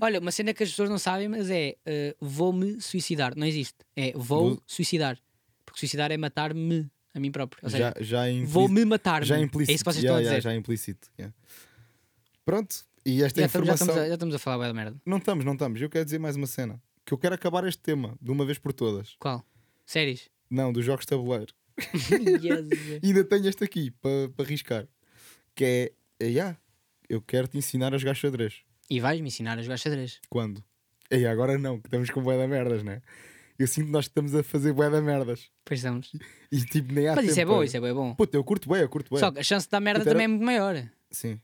[SPEAKER 2] Olha, uma cena que as pessoas não sabem, mas é eh, vou-me suicidar. Não existe. É vou
[SPEAKER 1] Vou-
[SPEAKER 2] suicidar. Porque suicidar é matar-me a mim próprio. Ou seja,
[SPEAKER 1] Já, já é implícito.
[SPEAKER 2] vou-me matar-me.
[SPEAKER 1] já é
[SPEAKER 2] é
[SPEAKER 1] implícito.
[SPEAKER 2] isso que vocês
[SPEAKER 1] Yeah,
[SPEAKER 2] estão a
[SPEAKER 1] yeah,
[SPEAKER 2] dizer.
[SPEAKER 1] já é implícito. yeah. Pronto, e esta
[SPEAKER 2] Já estamos, já,
[SPEAKER 1] informação.
[SPEAKER 2] estamos a, já estamos a falar bué da merda.
[SPEAKER 1] Não estamos, não estamos. Eu quero dizer mais uma cena. Que eu quero acabar este tema de uma vez por todas.
[SPEAKER 2] Qual? Séries?
[SPEAKER 1] Não, dos jogos de tabuleiro.
[SPEAKER 2] Yes.
[SPEAKER 1] E ainda tenho este aqui para pa riscar. Que é. é yeah, eu quero te ensinar a jogar xadrez.
[SPEAKER 2] E vais-me ensinar a jogar xadrez.
[SPEAKER 1] Quando? E agora não, que estamos com bué da merdas, né? Eu sinto que nós estamos a fazer bué da merdas.
[SPEAKER 2] Pois estamos.
[SPEAKER 1] E tipo, nem há
[SPEAKER 2] Mas isso é
[SPEAKER 1] tempo
[SPEAKER 2] bom,
[SPEAKER 1] para-
[SPEAKER 2] isso é bom, é bom.
[SPEAKER 1] Puta, eu curto bué, eu curto bué.
[SPEAKER 2] Só que a chance da merda
[SPEAKER 1] Puta, era-
[SPEAKER 2] também é muito maior.
[SPEAKER 1] Sim.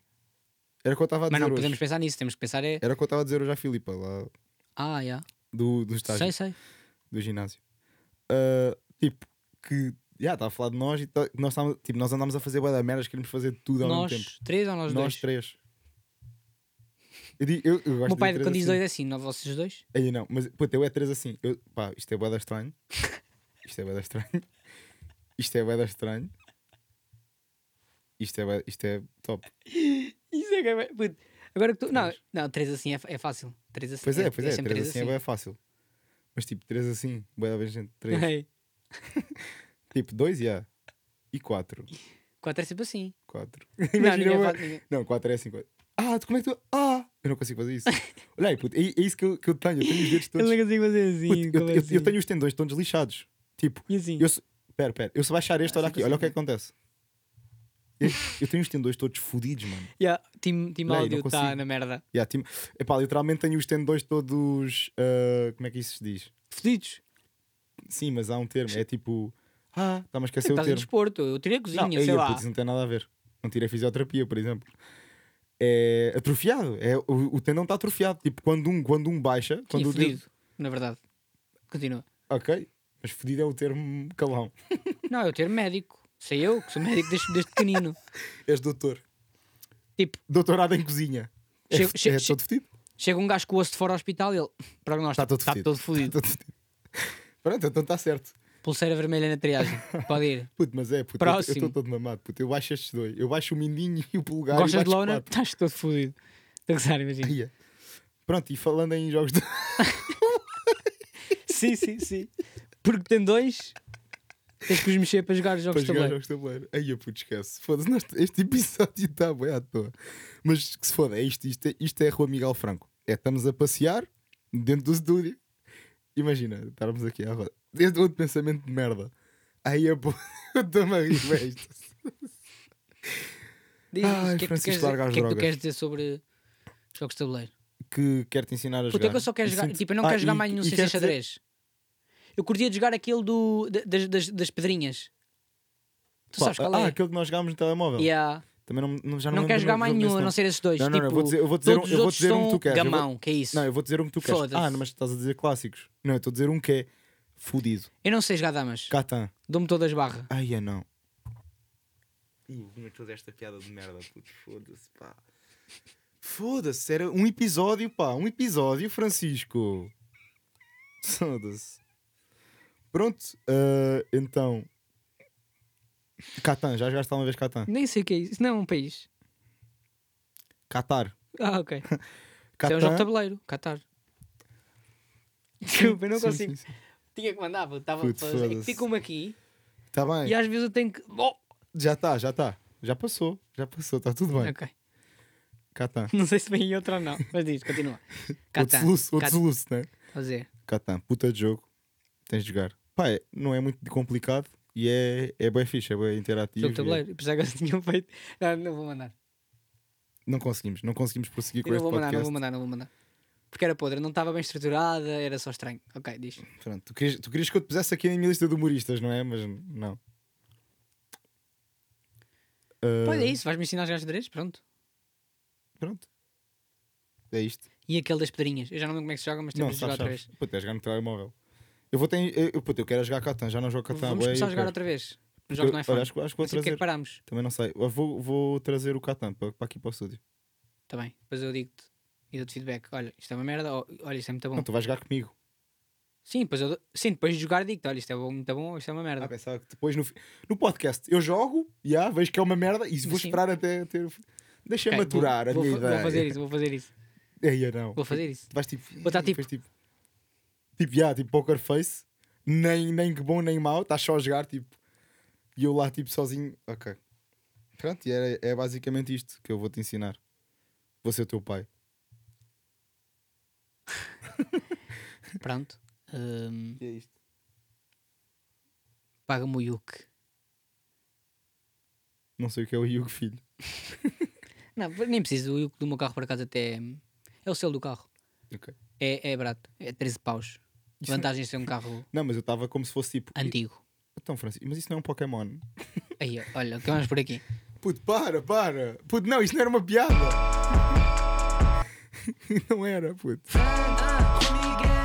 [SPEAKER 1] Era o que eu estava a dizer
[SPEAKER 2] Mas não
[SPEAKER 1] hoje.
[SPEAKER 2] podemos pensar nisso, temos que pensar é.
[SPEAKER 1] Era o que eu estava a dizer hoje à Filipa, lá
[SPEAKER 2] Ah, já.
[SPEAKER 1] do, do estágio,
[SPEAKER 2] Sei, sei.
[SPEAKER 1] do ginásio. Ah, tipo, que já está a falar de nós e tá- nós, estávamos- tipo, nós andámos a fazer bué da merdas, queríamos fazer tudo ao
[SPEAKER 2] Nós
[SPEAKER 1] mesmo um tempo.
[SPEAKER 2] três ou nós, dois?
[SPEAKER 1] três. Eu, digo- eu, eu
[SPEAKER 2] O
[SPEAKER 1] gosto
[SPEAKER 2] meu pai
[SPEAKER 1] de dizer
[SPEAKER 2] quando diz
[SPEAKER 1] assim.
[SPEAKER 2] dois é assim, não vocês dois?
[SPEAKER 1] Aí não, mas puta, eu é três assim. Eu, pá, isto é bué da estranho. Isto é bué da estranho. Isto é bué da estranho. Isto é, bué- isto é top.
[SPEAKER 2] Isso é que é bué- puto. Agora que tu. Não, não, 3 assim é, fa- é fácil. 3 assim
[SPEAKER 1] Pois é, pois é,
[SPEAKER 2] sempre
[SPEAKER 1] três
[SPEAKER 2] três
[SPEAKER 1] assim é bué fácil. Mas tipo, três assim, bué da vez gente, três.
[SPEAKER 2] Ei,
[SPEAKER 1] Tipo, 2 já. E 4.
[SPEAKER 2] Quatro é sempre assim.
[SPEAKER 1] 4.
[SPEAKER 2] Não, ninguém
[SPEAKER 1] Imagina,
[SPEAKER 2] faz-
[SPEAKER 1] eu-
[SPEAKER 2] ninguém-
[SPEAKER 1] não, 4 é 5. Ah, tu como é que tu. Ah! Eu não consigo fazer isso. Olha aí, puto, é, é isso que eu, que eu tenho. Eu tenho os dedos
[SPEAKER 2] Eu
[SPEAKER 1] todos.
[SPEAKER 2] não consigo fazer assim.
[SPEAKER 1] Puto, eu,
[SPEAKER 2] como
[SPEAKER 1] eu- eu
[SPEAKER 2] assim?
[SPEAKER 1] tenho os tendões todos lixados. Tipo,
[SPEAKER 2] E assim.
[SPEAKER 1] eu se. Pera, pera. Eu se baixar
[SPEAKER 2] Ah,
[SPEAKER 1] este, olha aqui, olha o que é que acontece. Eu, eu tenho os tendões todos fodidos, mano.
[SPEAKER 2] Yeah, team team
[SPEAKER 1] Olha aí,
[SPEAKER 2] áudio
[SPEAKER 1] não
[SPEAKER 2] está
[SPEAKER 1] consigo.
[SPEAKER 2] na merda.
[SPEAKER 1] Yeah, tipo, epá, literalmente tenho os tendões todos. ah, como é que isso se diz?
[SPEAKER 2] Fodidos.
[SPEAKER 1] Sim, mas há um termo. É tipo. Ah, está-me a esquecer o
[SPEAKER 2] Estás em
[SPEAKER 1] termo.
[SPEAKER 2] desporto. Eu tirei a cozinha,
[SPEAKER 1] não, é
[SPEAKER 2] sei
[SPEAKER 1] aí,
[SPEAKER 2] lá.
[SPEAKER 1] putz, não tem nada a ver. Não tirei fisioterapia, por exemplo. É atrofiado. É, o, o tendão está atrofiado. Tipo, quando um, quando um baixa,
[SPEAKER 2] Sim,
[SPEAKER 1] quando o dedo.
[SPEAKER 2] fodido, na verdade. Continua.
[SPEAKER 1] Ok, mas fodido é o termo calão.
[SPEAKER 2] Não, eu ter médico. Sei eu, que sou médico desde, desde pequenino.
[SPEAKER 1] És doutor.
[SPEAKER 2] Tipo,
[SPEAKER 1] Doutorado em cozinha. É,
[SPEAKER 2] Chego-
[SPEAKER 1] f-
[SPEAKER 2] chego-
[SPEAKER 1] é
[SPEAKER 2] chego-
[SPEAKER 1] todo fedido.
[SPEAKER 2] chega um gajo com o osso de fora ao hospital e ele. Prognóstico.
[SPEAKER 1] Está Tá todo
[SPEAKER 2] Está
[SPEAKER 1] fedido.
[SPEAKER 2] todo fodido.
[SPEAKER 1] Pronto, então está certo.
[SPEAKER 2] Pulseira vermelha na triagem. Pode ir.
[SPEAKER 1] Puto, mas é, puto, eu- eu
[SPEAKER 2] Próximo.
[SPEAKER 1] estou todo mamado. Puto, eu baixo estes dois. Eu baixo o mindinho e o polegar. e
[SPEAKER 2] Gostas de
[SPEAKER 1] baixo
[SPEAKER 2] lona?
[SPEAKER 1] quatro.
[SPEAKER 2] Estás todo fodido. Estou a gozar, imagina.
[SPEAKER 1] Ia. Pronto, e falando em jogos de.
[SPEAKER 2] sim, sim, sim. Porque tem dois, tens que os mexer para jogar os
[SPEAKER 1] para
[SPEAKER 2] jogos de
[SPEAKER 1] jogar
[SPEAKER 2] tabuleiro.
[SPEAKER 1] jogos de tabuleiro. Aí eu puto, esquece. Foda-se, nós- este episódio está bem à toa. Mas que se foda, é isto, isto é, isto é a Rua Miguel Franco. É, estamos a passear dentro do estúdio. Imagina, estarmos aqui à roda. Desde outro pensamento de merda. Aí eu puto, eu estou-me a rir, é isto.
[SPEAKER 2] Diz,
[SPEAKER 1] Ai,
[SPEAKER 2] o que é que tu
[SPEAKER 1] Francisco,
[SPEAKER 2] queres dizer-
[SPEAKER 1] larga as
[SPEAKER 2] o que é que tu
[SPEAKER 1] drogas.
[SPEAKER 2] queres dizer sobre jogos de tabuleiro?
[SPEAKER 1] Que quero te ensinar a
[SPEAKER 2] Puta,
[SPEAKER 1] jogar.
[SPEAKER 2] é que eu só quero
[SPEAKER 1] E
[SPEAKER 2] jogar,
[SPEAKER 1] sinto-
[SPEAKER 2] tipo, eu não
[SPEAKER 1] Ah,
[SPEAKER 2] quero jogar
[SPEAKER 1] e-
[SPEAKER 2] mais nenhum
[SPEAKER 1] e
[SPEAKER 2] sem ser
[SPEAKER 1] quero dizer-
[SPEAKER 2] xadrez. Eu curtia de jogar aquele do, da- das, das, das pedrinhas. Tu
[SPEAKER 1] Pá,
[SPEAKER 2] sabes qual
[SPEAKER 1] ah,
[SPEAKER 2] é?
[SPEAKER 1] aquele que nós jogámos no telemóvel.
[SPEAKER 2] Yeah.
[SPEAKER 1] Também não, não, já
[SPEAKER 2] Não, é um
[SPEAKER 1] não,
[SPEAKER 2] quero jogar mais
[SPEAKER 1] mais
[SPEAKER 2] nenhum, a não ser esses dois.
[SPEAKER 1] Não, não,
[SPEAKER 2] tipo,
[SPEAKER 1] não, eu vou dizer- eu vou dizer um-
[SPEAKER 2] todos
[SPEAKER 1] eu
[SPEAKER 2] os
[SPEAKER 1] vou
[SPEAKER 2] outros
[SPEAKER 1] dizer um que
[SPEAKER 2] são
[SPEAKER 1] tu queres, eu vou-
[SPEAKER 2] Gamão, que é isso.
[SPEAKER 1] Não, eu vou dizer um que tu queres.
[SPEAKER 2] Foda-se.
[SPEAKER 1] Ah, não, mas estás a dizer clássicos. Não, eu estou a dizer um que é fudido.
[SPEAKER 2] Eu não sei jogar damas.
[SPEAKER 1] Catan.
[SPEAKER 2] Dou-me todas barra.
[SPEAKER 1] Ai, é não. Ih, vinha toda esta piada de merda, puto. Foda-se, pá. Foda-se, era um episódio, pá. Um episódio, Francisco. Foda-se. Pronto, ah, então. Catan, já jogaste uma vez Catan?
[SPEAKER 2] Nem sei o que é isso. Isso não é um país.
[SPEAKER 1] Qatar.
[SPEAKER 2] Ah, ok. Isso
[SPEAKER 1] Catan.
[SPEAKER 2] é um jogo de tabuleiro. Qatar. Desculpa, eu não
[SPEAKER 1] Sim,
[SPEAKER 2] consigo.
[SPEAKER 1] sim, sim.
[SPEAKER 2] Tinha que mandar, puto. Tava,
[SPEAKER 1] Puto,
[SPEAKER 2] é que
[SPEAKER 1] foda-se.
[SPEAKER 2] fica uma aqui
[SPEAKER 1] Tá bem.
[SPEAKER 2] e às vezes eu tenho que. Oh!
[SPEAKER 1] Já tá, já tá. Já passou, já passou, tá tudo bem.
[SPEAKER 2] Ok.
[SPEAKER 1] Catan.
[SPEAKER 2] Não sei se vem em outra ou não, mas diz, continua.
[SPEAKER 1] Outro
[SPEAKER 2] Catan.
[SPEAKER 1] soluço, outro
[SPEAKER 2] Catan.
[SPEAKER 1] soluço, né?
[SPEAKER 2] Vou dizer,
[SPEAKER 1] Catan, puta de jogo. Tens de jogar. Pá, é- não é muito complicado e é, é bem fixe, é bem interativo.
[SPEAKER 2] jogo de
[SPEAKER 1] e é-
[SPEAKER 2] tabuleiro. Apesar que eles tinham feito. Não, não vou mandar.
[SPEAKER 1] Não conseguimos, não conseguimos prosseguir com
[SPEAKER 2] Eu não
[SPEAKER 1] este
[SPEAKER 2] vou mandar,
[SPEAKER 1] podcast.
[SPEAKER 2] não vou mandar, não vou mandar. porque era podre, não estava bem estruturada, era só estranho. Ok, diz.
[SPEAKER 1] Pronto, tu, querias, tu querias que eu te pusesse aqui na minha lista de humoristas, não é? Mas não. Ah,
[SPEAKER 2] Olha, é isso, vais-me ensinar os gajos de direitos, pronto.
[SPEAKER 1] Pronto. É isto.
[SPEAKER 2] E aquele das pedrinhas, eu já não lembro como é que se joga, mas
[SPEAKER 1] não,
[SPEAKER 2] temos de jogar
[SPEAKER 1] sabes,
[SPEAKER 2] outra
[SPEAKER 1] sabes.
[SPEAKER 2] vez.
[SPEAKER 1] Puta, é jogar no telemóvel. Eu vou ter. Eu, eu- puta, eu quero é jogar Catan, já não jogo Catan.
[SPEAKER 2] Vamos
[SPEAKER 1] bué,
[SPEAKER 2] começar a
[SPEAKER 1] eu
[SPEAKER 2] jogar
[SPEAKER 1] quero.
[SPEAKER 2] outra vez. Os
[SPEAKER 1] Eu-
[SPEAKER 2] jogos não é
[SPEAKER 1] olha,
[SPEAKER 2] fã.
[SPEAKER 1] acho, que- acho que vou
[SPEAKER 2] Não sei porque é
[SPEAKER 1] trazer.
[SPEAKER 2] que parámos.
[SPEAKER 1] Também não sei. Eu vou, vou trazer o Catan para, para aqui para o estúdio.
[SPEAKER 2] Está Tá bem, depois eu digo-te e dou-te feedback. Olha, isto é uma merda, ou, olha, isto é muito bom.
[SPEAKER 1] Não, tá- tu vais jogar comigo.
[SPEAKER 2] Sim, depois, eu dou- Sim, depois de jogar digo-te, olha, isto é bom, muito bom, ou isto é uma merda.
[SPEAKER 1] Ah, pensava que depois no, fi- no podcast eu jogo, já vejo que é uma merda e vou
[SPEAKER 2] Sim.
[SPEAKER 1] esperar até ter. o fi- Deixa
[SPEAKER 2] Ok, vou-
[SPEAKER 1] maturar a
[SPEAKER 2] vou,
[SPEAKER 1] minha
[SPEAKER 2] fa-
[SPEAKER 1] ideia.
[SPEAKER 2] Vou fazer isso, vou fazer isso.
[SPEAKER 1] Aí eu não.
[SPEAKER 2] Vou fazer isso.
[SPEAKER 1] Tu Vais tipo.
[SPEAKER 2] estar tipo-
[SPEAKER 1] depois tipo. Tipo, já, tipo poker face. Nem, nem que bom nem mau, estás só a jogar tipo. E eu lá tipo sozinho. Ok. Pronto, e era- é basicamente isto que eu vou te ensinar. Vou ser o teu pai.
[SPEAKER 2] Pronto. Hum,
[SPEAKER 1] E é isto.
[SPEAKER 2] Paga-me o Yuke.
[SPEAKER 1] Não sei o que é o Hugo Filho.
[SPEAKER 2] Não, nem preciso. O Yuke do meu carro, por acaso, até é- é o selo do carro.
[SPEAKER 1] Ok.
[SPEAKER 2] É, é barato. É 13 paus.
[SPEAKER 1] Isso
[SPEAKER 2] Vantagem de ser um carro
[SPEAKER 1] Não, mas eu estava como se fosse tipo.
[SPEAKER 2] antigo.
[SPEAKER 1] Então, Francisco, mas isso não é um Pokémon.
[SPEAKER 2] Aí, olha, o que vamos por aqui?
[SPEAKER 1] Puto, para, para. Puto, não, isto não era uma piada. não era, puto.
[SPEAKER 3] Fan, ah, Rodriguez.